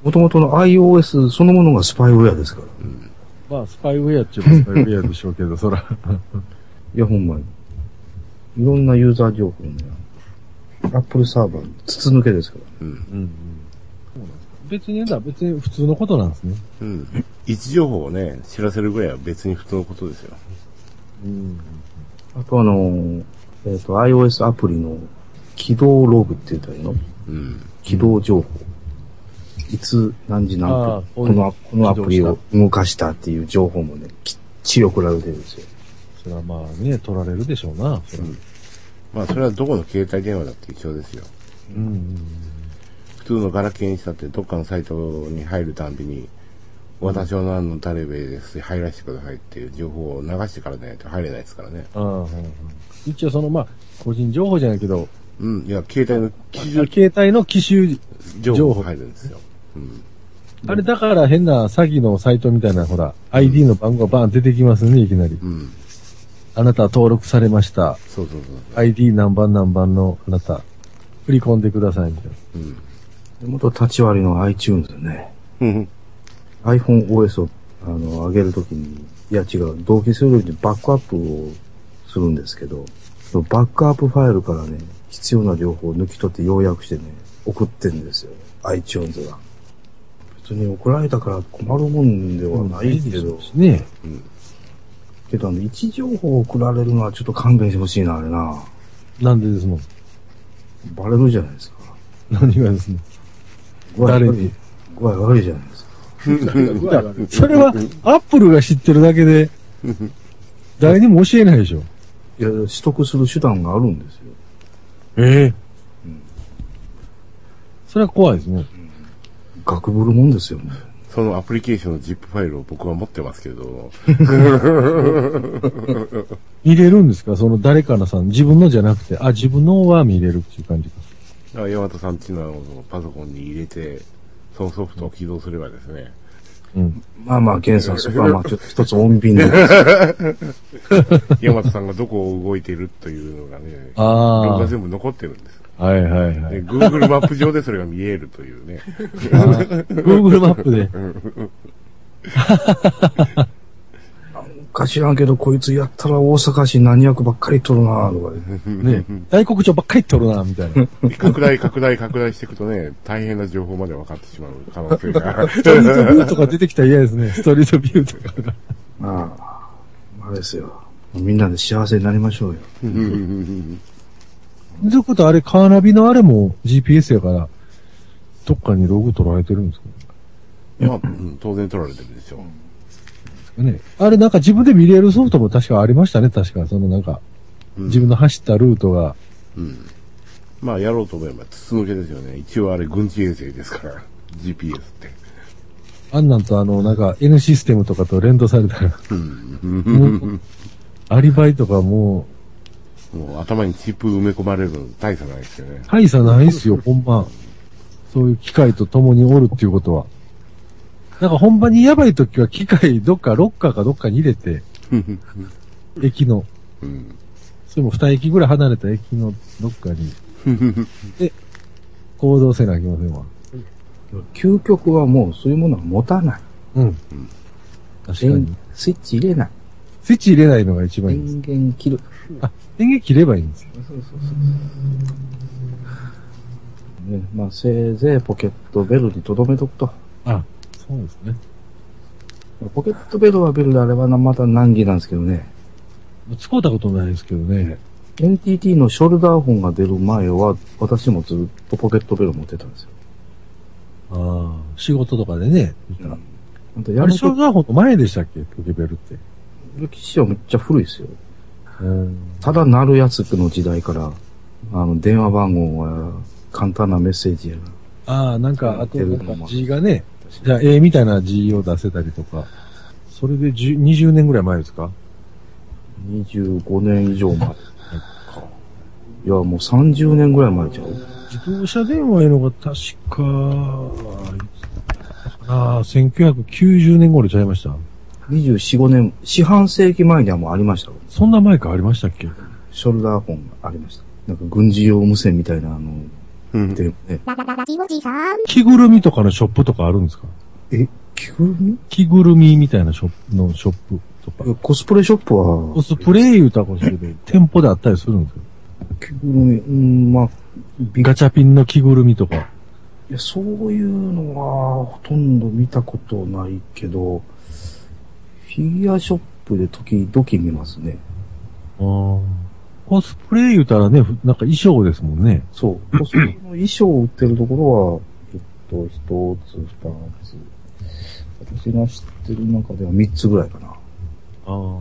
[SPEAKER 1] もともとの iOS そのものがスパイウェアですから。
[SPEAKER 7] まあ、スパイウェアっちゅうスパイウェアで しょうけど、そら。
[SPEAKER 1] いや、ほんまに。いろんなユーザー情報ね、Apple サーバー、筒抜けですから。
[SPEAKER 3] うん。
[SPEAKER 7] 別にだ、別に普通のことなんですね。
[SPEAKER 3] うん。位置情報をね、知らせるぐらいは別に普通のことですよ。
[SPEAKER 1] あとあのー、えっ、と、iOS アプリの起動ログって言ったらいいの
[SPEAKER 3] うん。
[SPEAKER 1] 起動情報。いつ、何時何
[SPEAKER 7] ああ
[SPEAKER 1] 分、
[SPEAKER 7] こう
[SPEAKER 1] こ
[SPEAKER 7] いう
[SPEAKER 1] の、このアプリ
[SPEAKER 7] 起動
[SPEAKER 1] を動かしたっていう情報もね、きっちり送られてるんですよ。
[SPEAKER 7] それはまあね、取られるでしょうな。
[SPEAKER 3] まあ、それはどこの携帯電話だって一緒ですよ。
[SPEAKER 7] うん。
[SPEAKER 3] 普通のガラケーにしたって、どっかのサイトに入るたんびに、私は何の誰べです、入らせてくださいっていう情報を流してからでないと入れないですからね。
[SPEAKER 7] ああ、はいはい一応その、まあ、個人情報じゃないけど、
[SPEAKER 3] うん。いや、携帯の基準
[SPEAKER 7] 携帯の機種、
[SPEAKER 3] 情
[SPEAKER 7] 情
[SPEAKER 3] 報
[SPEAKER 7] 報
[SPEAKER 3] が入るんですよ。うん。
[SPEAKER 7] あれだから変な詐欺のサイトみたいな、ほら、ID の番号がバーン出てきますね、いきなり。
[SPEAKER 3] うん。
[SPEAKER 7] あなたは登録されました。
[SPEAKER 3] そうそう
[SPEAKER 7] ID 何番何番のあなた、振り込んでください、みたいな。
[SPEAKER 3] そう。うん。
[SPEAKER 1] 元立ち割りの iTunes でね、
[SPEAKER 3] うん。
[SPEAKER 1] iPhoneOS をあの上げるときに、いや違う、同期するときにバックアップをするんですけど、そのバックアップファイルからね、必要な情報を抜き取って要約してね、送ってんですよ、iTunes が。別に送られたから困るもんではないけど、
[SPEAKER 7] ね
[SPEAKER 1] けどあの、位置情報を送られるのはちょっと勘弁してほしいな、あれな。
[SPEAKER 7] え。なんでですもん。
[SPEAKER 1] バレるじゃないですか。
[SPEAKER 7] 何がですね。
[SPEAKER 1] 具合
[SPEAKER 7] 誰
[SPEAKER 1] 悪い
[SPEAKER 7] に。
[SPEAKER 1] 具合悪いじゃないですか。
[SPEAKER 7] それは、アップルが知ってるだけで、誰にも教えないでしょ。
[SPEAKER 1] いや、取得する手段があるんですよ。
[SPEAKER 7] ええ。それは怖いですね。
[SPEAKER 1] ガクブルもんですよ、もう
[SPEAKER 3] そのアプリケーションの ZIP ファイルを僕は持ってますけど、
[SPEAKER 7] 見れるんですかその誰かのさん、自分のじゃなくて、あ、自分のは見れるっていう感じか。
[SPEAKER 3] だから山田さんちのパソコンに入れて、そのソフトを起動すればですね、
[SPEAKER 7] うん。
[SPEAKER 1] まあまあ、検査そこはまあ、ちょっと一つ穏 便で。
[SPEAKER 3] ヤマトさんがどこを動いているというのがね、
[SPEAKER 7] あ
[SPEAKER 3] 動画
[SPEAKER 7] あ。
[SPEAKER 3] 全部残ってるんです。
[SPEAKER 7] はいはいは
[SPEAKER 3] で、
[SPEAKER 7] い。
[SPEAKER 3] Google マップ上でそれが見えるという ね。
[SPEAKER 7] あー Google マップで。
[SPEAKER 1] か知らんけど、こいつやったら大阪市何役ばっかり取るなとかね。
[SPEAKER 7] ね、大黒町ばっかり取るな、みたいな。
[SPEAKER 3] 拡大、拡大、拡大していくとね、大変な情報まで分かってしまう可能性が。
[SPEAKER 7] ストリート ビューとか出てきたら嫌ですね。ストリートビューとかが。
[SPEAKER 1] まあ、あれですよ。みんなで幸せになりましょうよ。
[SPEAKER 7] ということはあれ、カーナビのあれも GPS やから、どっかにログ取られてるんですか
[SPEAKER 3] まあ、うん当然取られてるでしょう。
[SPEAKER 7] ね。あれなんか自分で見れるソフトも確かありましたね、確か。そのなんか、
[SPEAKER 3] うん
[SPEAKER 7] 自分の走ったルートが。
[SPEAKER 3] うんまあ、やろうと思えば筒抜けですよね。一応あれ軍事衛星ですから、GPS って。
[SPEAKER 7] あんなんとあの、なんか N システムとかと連動されたら、
[SPEAKER 3] うん
[SPEAKER 7] アリバイとかも
[SPEAKER 3] もう頭にチップ埋め込まれるの大差ないですよね
[SPEAKER 7] う、。大差ないっすよ、ほんま。そういう機械と共におるっていうことは。なんかほんまにやばい時は機械どっかロッカーかどっかに入れて、駅の、
[SPEAKER 3] うん
[SPEAKER 7] それも2駅ぐらい離れた駅のどっかに、で、行動せなあきませんわ。
[SPEAKER 1] 究極はもうそういうものは持たない。
[SPEAKER 7] うん。確かに。
[SPEAKER 1] スイッチ入れない。
[SPEAKER 7] スイッチ入れないのが一番いいんです。
[SPEAKER 1] 電源切る。
[SPEAKER 7] あ、電源切ればいいんですよ。
[SPEAKER 1] ね、まあ、せいぜいポケットベルにとどめとくと。
[SPEAKER 7] あ、そうですね。
[SPEAKER 1] ポケットベルはベルであればなまた難儀なんですけどね。
[SPEAKER 7] 使うたことないですけどね。
[SPEAKER 1] NTT のショルダーホンが出る前は、私もずっとポケットベル持ってたんですよ。
[SPEAKER 7] ああ、仕事とかでね、見た。
[SPEAKER 1] ほんとや
[SPEAKER 7] あ
[SPEAKER 1] め
[SPEAKER 7] れ、ショル
[SPEAKER 1] と
[SPEAKER 7] ダーホンの前でしたっけポケベルって。
[SPEAKER 1] 歴史はめっちゃ古いですよ。
[SPEAKER 7] うん。
[SPEAKER 1] ただなるやつの時代から、あの、電話番号や、簡単なメッセージや、
[SPEAKER 7] ああ、なんか、あと、
[SPEAKER 1] 出る
[SPEAKER 7] な
[SPEAKER 1] のも
[SPEAKER 7] んか字がね、じゃあ A みたいな字を出せたりとか。それで10 20年ぐらい前ですか
[SPEAKER 1] 25年以上前。いや、もう30年ぐらい前ちゃう。
[SPEAKER 7] 自動車電話いうのが確か、ああ、1990年頃ちゃいました。
[SPEAKER 1] 24、5年、四半世紀前にはもうありましたよ
[SPEAKER 7] そんな前かありましたっけ
[SPEAKER 1] ショルダーホンがありました。なんか軍事用無線みたいな、あの、
[SPEAKER 3] うん
[SPEAKER 1] で、ね、
[SPEAKER 6] ララララジオジさん。
[SPEAKER 7] 着ぐるみとかのショップとかあるんですか
[SPEAKER 1] え、着ぐるみ
[SPEAKER 7] 着ぐるみみたいなショップのショップとか
[SPEAKER 1] い。やコスプレショップ
[SPEAKER 7] コ
[SPEAKER 1] は、
[SPEAKER 7] スプレイ言うたらこそけど、店舗であったりするんですよ。
[SPEAKER 1] 着ぐるみ、うん、まあ、ビ
[SPEAKER 7] ガチャピンの着ぐるみとか。
[SPEAKER 1] いやそういうのはほとんど見たことないけど、フィギュアショップで時々見ますね。
[SPEAKER 7] コスプレイ言うたらね、ふなんか衣装ですもんね。
[SPEAKER 1] そう。コスプレの衣装を売ってるところは、えっと、一つ、二つ。私が知ってる中では三つぐらいかな。
[SPEAKER 7] ああ。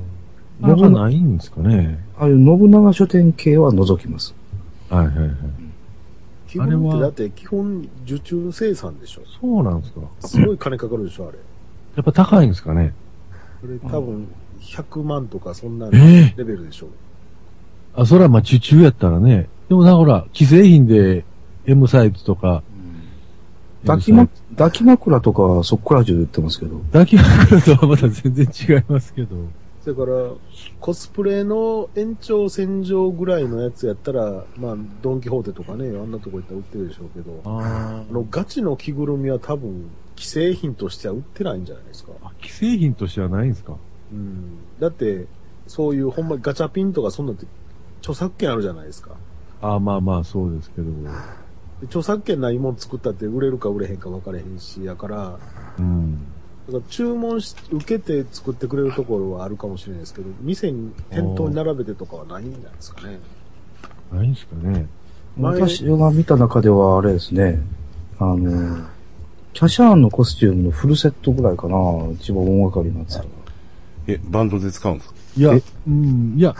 [SPEAKER 7] なかなかないんですかね。
[SPEAKER 1] ああいう信長書店系は除きます。
[SPEAKER 7] はいはいはい。
[SPEAKER 5] 基
[SPEAKER 7] あれ
[SPEAKER 5] 本っ
[SPEAKER 7] は
[SPEAKER 5] てだって基本受注生産でしょ。
[SPEAKER 7] そうなんですか。
[SPEAKER 5] すごい金かかるでしょ、あれ。
[SPEAKER 7] やっぱ高いんですかね。
[SPEAKER 5] それ多分100万とかそんな
[SPEAKER 7] え
[SPEAKER 5] レベルでしょ。
[SPEAKER 7] あ、それはまあ受注やったらね。でもな、ほら、既製品で M サイズとか。
[SPEAKER 1] 抱きま、抱き枕とかはそっくら中で売ってますけど。
[SPEAKER 7] 抱き枕とはまた全然違いますけど。
[SPEAKER 5] それから、コスプレの延長線上ぐらいのやつやったら、まあ、ドンキホーテとかね、あんなとこ行ったら売ってるでしょうけど、あ
[SPEAKER 7] あ
[SPEAKER 5] の、ガチの着ぐるみは多分、既製品としては売ってないんじゃないですか。
[SPEAKER 7] あ。既製品としてはないんですか。
[SPEAKER 5] うん。だって、そういうほんまガチャピンとかそんなんって、著作権あるじゃないですか。
[SPEAKER 7] ああ、まあまあ、そうですけど。う
[SPEAKER 5] で著作権ないもん作ったって売れるか売れへんか分かれへんし、やから、
[SPEAKER 7] ん。
[SPEAKER 5] だから注文し、受けて作ってくれるところはあるかもしれないですけど、店に店頭に並べてとかはないんじゃないですかね。
[SPEAKER 7] ないんですかね。
[SPEAKER 5] 前
[SPEAKER 1] 私が見た中ではあれですね、あの、キャシャーンのコスチュームのフルセットぐらいかな、一番大掛かりなやつは。
[SPEAKER 3] え、バンドで使うんですか
[SPEAKER 7] いや
[SPEAKER 1] え、
[SPEAKER 7] うん、いや、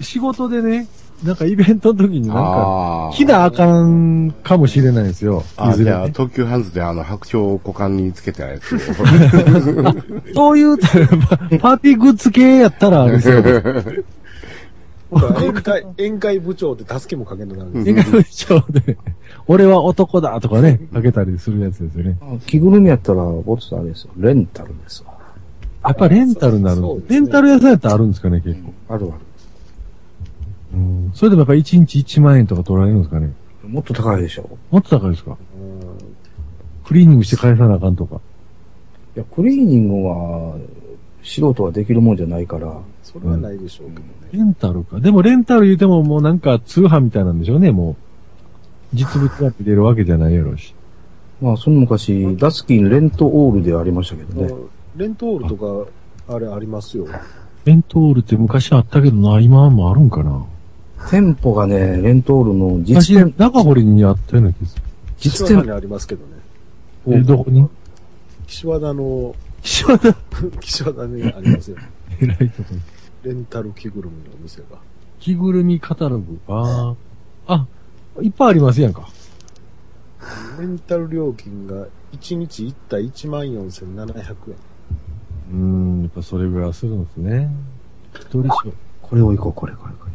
[SPEAKER 7] 仕事でね、なんかイベントの時になんか、
[SPEAKER 3] あ
[SPEAKER 7] 来なあかんかもしれないですよ。
[SPEAKER 3] あ
[SPEAKER 7] い
[SPEAKER 3] あ、
[SPEAKER 7] ず
[SPEAKER 3] じ
[SPEAKER 7] れ
[SPEAKER 3] ゃあ、
[SPEAKER 7] ね。
[SPEAKER 3] 東急ハンズであの、白鳥を股間につけたやつを。
[SPEAKER 7] そういう、パパーティーグッズ系やったらあれですよ。
[SPEAKER 5] ほら、宴会、 宴会部長って助けもかけんとダメです。
[SPEAKER 7] 映画部長で、俺は男だとかね、かけたりするやつですよね。
[SPEAKER 1] 着ぐるみやったら、ボツあれですよ。レンタルですわ。
[SPEAKER 7] やっぱレンタルになるん
[SPEAKER 5] そ
[SPEAKER 7] で
[SPEAKER 5] う
[SPEAKER 7] す
[SPEAKER 5] ですね
[SPEAKER 7] レンタル屋さんやったらあるんですかね、結構。
[SPEAKER 1] あるある。
[SPEAKER 7] うんそれでもやっぱ1日1万円とか取られるんですかね。
[SPEAKER 1] もっと高いでしょ。
[SPEAKER 7] もっと高いですか
[SPEAKER 5] うん
[SPEAKER 7] クリーニングして返さなあかんとか。
[SPEAKER 1] いや、クリーニングは、素人はできるもんじゃないから、
[SPEAKER 5] それはないでしょうけどね。
[SPEAKER 7] レンタルか。でもレンタル言うてももうなんか通販みたいなんでしょうね、もう。実物が出るわけじゃないやろうし。
[SPEAKER 1] まあ、その昔、ダスキンレントオールでありましたけど
[SPEAKER 5] あ
[SPEAKER 1] ね。
[SPEAKER 5] のレントールとか、あれありますよ。
[SPEAKER 7] レントールって昔あったけどな、今もあるんかな。
[SPEAKER 1] 店舗がね、レントールの
[SPEAKER 7] 昔
[SPEAKER 1] 実店、
[SPEAKER 7] 中堀にあったような気がする。
[SPEAKER 1] 実
[SPEAKER 5] 岸和田
[SPEAKER 1] 店、
[SPEAKER 5] にありますけどね。
[SPEAKER 7] え、どこに
[SPEAKER 5] 岸和田の、
[SPEAKER 7] 岸和田
[SPEAKER 5] 岸和田にありますよ。
[SPEAKER 7] 偉いとこに。
[SPEAKER 5] レンタル着ぐるみのお店が。
[SPEAKER 7] 着ぐるみカタログ。ああ。あ、いっぱいありますやんか。
[SPEAKER 5] レンタル料金が1日1体14,700円。
[SPEAKER 7] うーん、やっぱそれぐらいするんですね。一人称。
[SPEAKER 1] これを行こう、これ、これ、これ。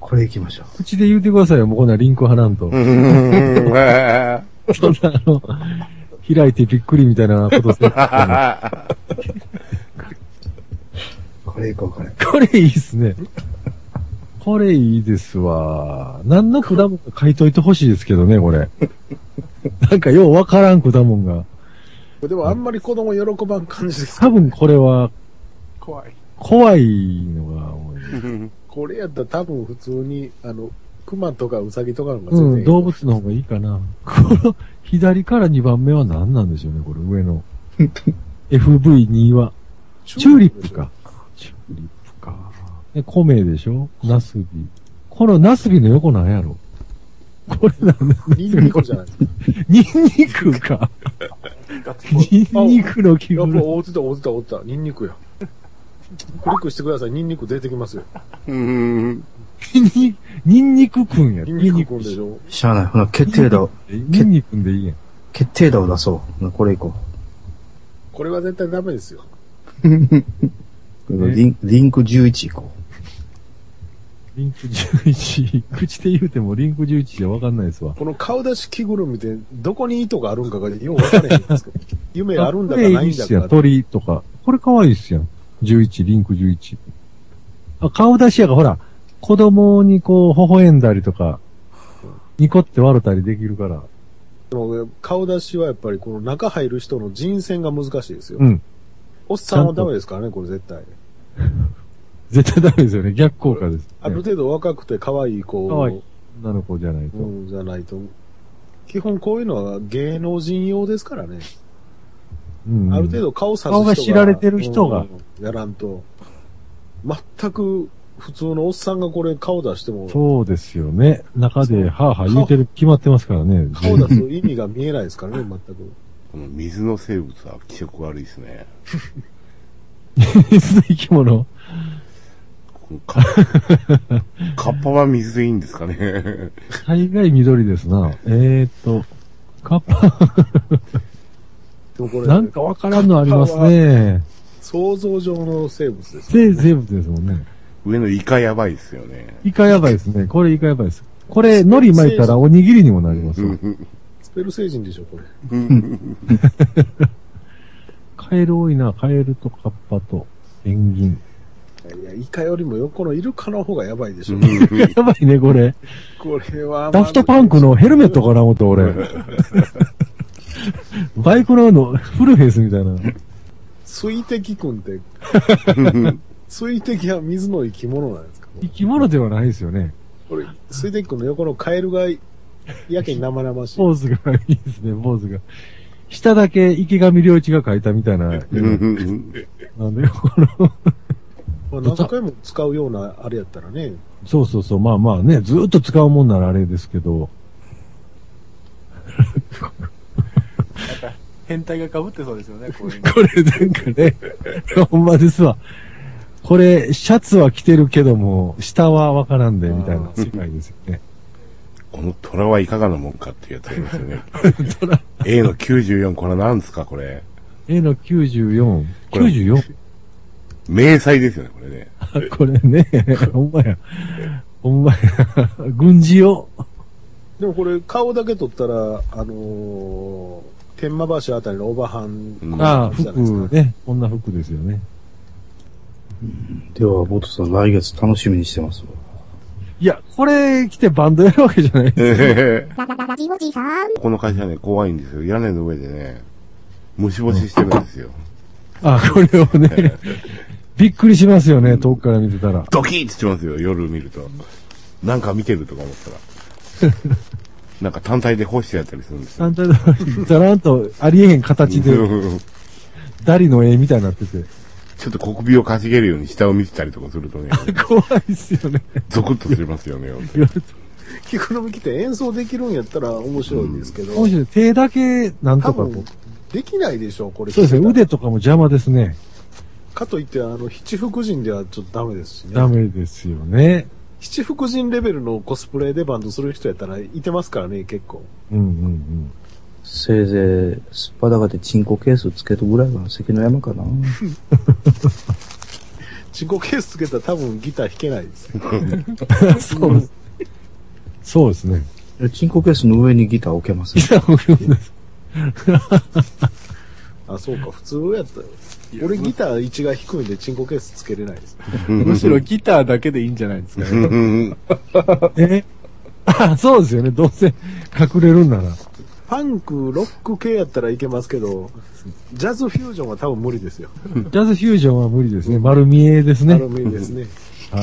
[SPEAKER 1] これ行きましょう。
[SPEAKER 7] 口で言うてくださいよ、もうこんなリンク貼らんと
[SPEAKER 3] う。ん。わ
[SPEAKER 7] そんなあの、開いてびっくりみたいなこと する。こ
[SPEAKER 3] あ
[SPEAKER 1] これ行こう、これ。
[SPEAKER 7] れいいっすね。これいいですわ。何の果物か書いといてほしいですけどね、これ。なんかようわからん果物が。
[SPEAKER 5] でもあんまり子供喜ばん感じですけど
[SPEAKER 7] 多分これは
[SPEAKER 2] 怖い。
[SPEAKER 7] 怖いのが多い。
[SPEAKER 5] これやったら多分普通に、あの、熊とかウサギとかの方が全
[SPEAKER 7] う
[SPEAKER 5] 然い
[SPEAKER 7] ん、
[SPEAKER 5] い
[SPEAKER 7] 動物の方がいいかな。 この、左から2番目は何なんでしょうね、これ、上 の。FV2 は。チューリップ。か。チューリップか。で、米でしょナスビ。このナスビの横なんやろこれなんだ。
[SPEAKER 5] ニンニクじ ゃないですか。
[SPEAKER 7] ニンニクか。
[SPEAKER 2] ガッツポーズ。
[SPEAKER 7] ニンニクの気
[SPEAKER 5] やっぱ、
[SPEAKER 7] 分。
[SPEAKER 5] おうつだ、おうつだ、おうつだ。ニンニクや。クリックしてください。ニンニク出てきますよ。
[SPEAKER 3] うん。
[SPEAKER 7] ニンニク、ニンニクくんや。
[SPEAKER 5] ニンニクくんでしょ。
[SPEAKER 1] しゃあない。ほな、決定打を、
[SPEAKER 7] ニンニクんでいいやん。
[SPEAKER 1] 決定打を出そう。ほなこれ行こ
[SPEAKER 5] これは絶対ダメですよ。
[SPEAKER 1] う。リンリンク11行こ
[SPEAKER 7] リンク11。口で言うてもリンク11じゃわかんないですわ。
[SPEAKER 5] この顔出し着ぐるみって、どこに糸があるんかがよう分からへん んですけど。夢あるんだか
[SPEAKER 7] これ
[SPEAKER 5] ない
[SPEAKER 7] い
[SPEAKER 5] ん
[SPEAKER 7] っ
[SPEAKER 5] だ
[SPEAKER 7] すや
[SPEAKER 5] か
[SPEAKER 7] ん。。鳥とか。これ可愛いっすやん。11、リンク11。あ、顔出しやがほら、子供にこう、微笑んだりとか、ニコって笑ったりできるから。
[SPEAKER 5] 顔出しはやっぱりこの中入る人の人選が難しいですよ。
[SPEAKER 7] うん。
[SPEAKER 5] おっさんはダメですからね、これ絶対。
[SPEAKER 7] 絶対ダメですよね。逆効果です、
[SPEAKER 5] ある
[SPEAKER 7] ね。
[SPEAKER 5] 程度若くて可愛い子
[SPEAKER 7] 可愛い女の子じゃないと。
[SPEAKER 5] うん、じゃないと。基本こういうのは芸能人用ですからね。
[SPEAKER 7] うん
[SPEAKER 5] ある程度顔さす人が
[SPEAKER 7] 顔が知られてる人が
[SPEAKER 5] うんやらんと。全く普通のおっさんがこれ顔出しても、
[SPEAKER 7] そうですよね。中で、はあはあ言うてる、決まってますからね。
[SPEAKER 5] 顔出す意味が見えないですからね、全く。
[SPEAKER 3] この水の生物は気色悪いですね。
[SPEAKER 7] 水の 生き物。
[SPEAKER 3] このカ ッパカッパは水でいいんですかね。
[SPEAKER 7] 大概緑ですな。えーっと、カッパ、
[SPEAKER 5] でもこれ、
[SPEAKER 7] なんかわからんのありますね。
[SPEAKER 5] 想像上の生物です。
[SPEAKER 7] 生生物ですもんね。
[SPEAKER 3] 上のイカやばいですよね。
[SPEAKER 7] イカやばいですね。これイカやばいです。これ、海苔巻いたらおにぎりにもなりますよ。
[SPEAKER 5] スペル星人でしょ、これ。
[SPEAKER 7] カエル多いな。カエルとカッパとペンギン。
[SPEAKER 5] いや、イカよりも横のイルカの方がやばいでしょ。
[SPEAKER 7] やばいね、これ。
[SPEAKER 5] これは、
[SPEAKER 7] ダフトパンクのヘルメットかな、思った俺。バイクのあの、フルフェイスみたいな。
[SPEAKER 5] 水滴くんって、水滴は水の生き物なんですか
[SPEAKER 7] 生き物ではないですよね。
[SPEAKER 5] これ、水滴くんの横のカエルが、やけに生々しい。
[SPEAKER 7] ポーズがいいですね、ポーズが。下だけ池上良一が描いたみたいな。なんで、この、
[SPEAKER 5] まあ何回も使うようなあれやったらね、
[SPEAKER 7] そうそうそう、まあまあね、ずーっと使うもんならあれですけど。
[SPEAKER 2] 変態が被ってそうですよね、こういうの。
[SPEAKER 7] これなんかね、ほんまですわ。これ、シャツは着てるけども、下はわからんで、みたいな世界ですよね。
[SPEAKER 3] この虎はいかがなもんかっていうやつありますよ ね。A の94、これなんですかこれ。
[SPEAKER 7] A の94。
[SPEAKER 3] これ
[SPEAKER 7] 94?
[SPEAKER 3] 迷彩ですよね、これね。
[SPEAKER 7] これね、ほんまや。ほんまや。軍事用。
[SPEAKER 5] でもこれ、顔だけ取ったら、あのー天満橋あたりのオバハン、
[SPEAKER 3] うん
[SPEAKER 7] ああ、
[SPEAKER 5] じゃないです
[SPEAKER 7] 服
[SPEAKER 5] か
[SPEAKER 7] ね。女服ですよね。
[SPEAKER 1] では、ボトさん、来月楽しみにしてますわ。
[SPEAKER 7] いや、これ着てバンドやるわけじゃない。
[SPEAKER 6] ララララジオジさん。
[SPEAKER 3] この会社ね、怖いんですよ。屋根の上でね、虫干ししてるんですよ。
[SPEAKER 7] あ、これをね、びっくりしますよね、遠くから見てたら。
[SPEAKER 3] ドキッてしますよ、夜見ると。なんか見てるとか思ったら。 なんか単体で干してやったりするんですよ。
[SPEAKER 7] 単体だザランとありえへん形で、ダリの絵みたいになってて。
[SPEAKER 3] ちょっと国尾をかしげるように下を見てたりとかするとね、
[SPEAKER 7] 怖いっすよね。
[SPEAKER 3] ゾクッとしますよね。
[SPEAKER 5] 着ぐるみ着て演奏できるんやったら面白いんですけど、
[SPEAKER 7] 面白い。手だけなん
[SPEAKER 5] 多
[SPEAKER 7] とかと
[SPEAKER 5] 分。、できないでしょう、これ。
[SPEAKER 7] そうですね。腕とかも邪魔ですね。
[SPEAKER 5] かといって、あの、七福神ではちょっとダメですしね。
[SPEAKER 7] ダメですよね。
[SPEAKER 5] 七福神レベルのコスプレでバンドする人やったらいてますからね、結構。
[SPEAKER 7] うんうんうん。
[SPEAKER 1] せいぜい、すっぱだかでチンコケースつけとぐらいが関の山かな。
[SPEAKER 5] チンコケースつけたら多分ギター弾けないですね。
[SPEAKER 7] そうです。そうですね。
[SPEAKER 1] えチンコケースの上にギター置けます。
[SPEAKER 5] あ、そうか、普通やったら。俺ギター一が低いんでチンコケースつけれないです。
[SPEAKER 2] むしろギターだけでいいんじゃないですか、ね。
[SPEAKER 7] えあ、そうですよね。どうせ隠れるんなら。
[SPEAKER 5] パンク、ロック系やったらいけますけど、ジャズフュージョンは多分無理ですよ。
[SPEAKER 7] ジャズフュージョンは無理ですね。丸見えですね
[SPEAKER 5] ア。ルミです ね。
[SPEAKER 7] はい。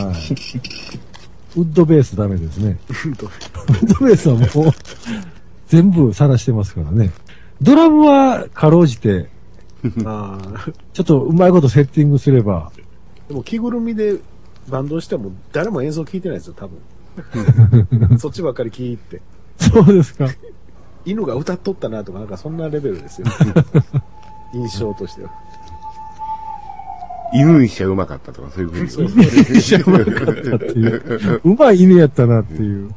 [SPEAKER 7] ウッドベースダメですね。ウッドベースはもう、全部晒してますからね。ドラムはかろうじて、
[SPEAKER 5] あー
[SPEAKER 7] ちょっとうまいことセッティングすれば、
[SPEAKER 5] でも着ぐるみでバンドしても誰も演奏聞いてないですよ、多 分。そっちばっかり聞いて。
[SPEAKER 7] そうですか。
[SPEAKER 5] 犬が歌っとったなとか、なんかそんなレベル ですよ。印象としては。
[SPEAKER 3] 犬にしちゃうまかったとか、そういうふうに。
[SPEAKER 7] っていう。うまい犬やったなっていう。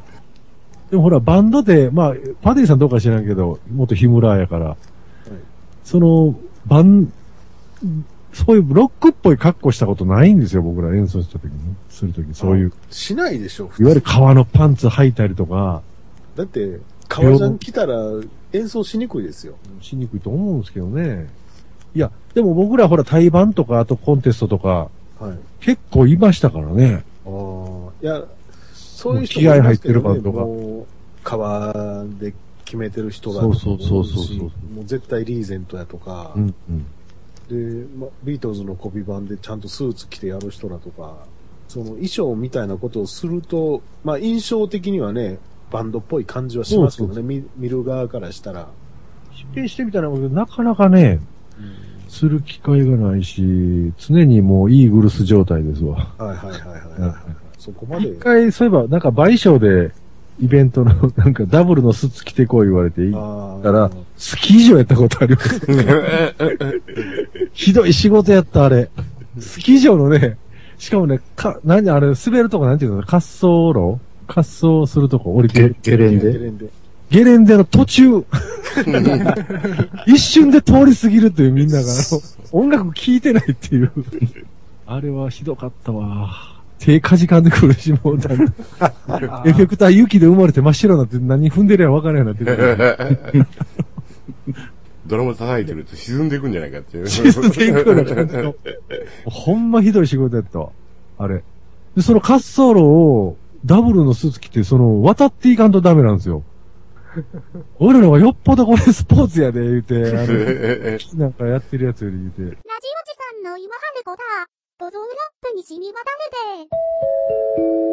[SPEAKER 7] でもほら、バンドで、まあ、パディさんどうか知らんけど、元ヒムラーやから、その、バン、そういうロックっぽい格好したことないんですよ、僕ら演奏した時に。する時そういう、
[SPEAKER 5] しないでしょ、普通
[SPEAKER 7] いわゆる革のパンツ履いたりとか、
[SPEAKER 5] だって、革ジャン来たら演奏しにくいですよ。
[SPEAKER 7] しにくいと思うんですけどね。いや、でも僕らほら、対バンとか、あとコンテストとか、
[SPEAKER 5] はい。
[SPEAKER 7] 結構いましたからね。
[SPEAKER 5] ああ。いや、そういう人
[SPEAKER 7] もう気合
[SPEAKER 5] い
[SPEAKER 7] 入
[SPEAKER 5] ま
[SPEAKER 7] っ
[SPEAKER 5] す
[SPEAKER 7] て
[SPEAKER 5] け
[SPEAKER 7] る
[SPEAKER 5] ど
[SPEAKER 7] バンドが
[SPEAKER 5] もう革で決めてる人が。
[SPEAKER 7] そうそうそうそうそう
[SPEAKER 5] もう絶対リーゼントやとか、
[SPEAKER 7] うんう
[SPEAKER 5] で、
[SPEAKER 7] ん。
[SPEAKER 5] ま、ビートルズのコピー版でちゃんとスーツ着てやる人だとか、その衣装みたいなことをすると、まあ印象的にはね、バンドっぽい感じはしますけどね、見見る側からしたら。
[SPEAKER 7] 出品してみたいなことなかなかね、する機会がないし、常にもうイーグルス状態ですわ。
[SPEAKER 5] はいはいはいはいはい、
[SPEAKER 7] うん
[SPEAKER 5] そこまで
[SPEAKER 7] 一。回、そういえば、なんか賠償で、イベントの、 なんかダブルのスーツ着てこう言われて、行っ
[SPEAKER 5] あ
[SPEAKER 7] たら、スキー場やったことあります。ひどい仕事やった、あれ。スキー場のね、しかもね、か、何、あれ、滑るとこなんていうの滑走路滑走するとこ降りて
[SPEAKER 1] ゲゲ
[SPEAKER 7] る。
[SPEAKER 1] レン
[SPEAKER 5] ゲ
[SPEAKER 1] デ
[SPEAKER 5] レンデ。
[SPEAKER 7] ゲレンデの途中。一瞬で通り過ぎるというみんなが、あの音楽聴いてないっていう。あれはひどかったわ。手かじかんで苦しもうた。エフェクター雪で生まれて真っ白になって何踏んでりゃ分からんようになってる。
[SPEAKER 3] ドラム叩いてると沈んでいくんじゃないかっていう。
[SPEAKER 7] 沈んでいくよ うな感じの。ほんまひどい仕事やったわ。あれ。で、その滑走路をダブルのスーツ着て、その渡っていかんとダメなんですよ。俺らはよっぽどこれスポーツやで、言うて、あの、なんかやってるやつより言うて。
[SPEAKER 6] ラジオジさんの今春子だ。ボゾウラップに染み渡るで。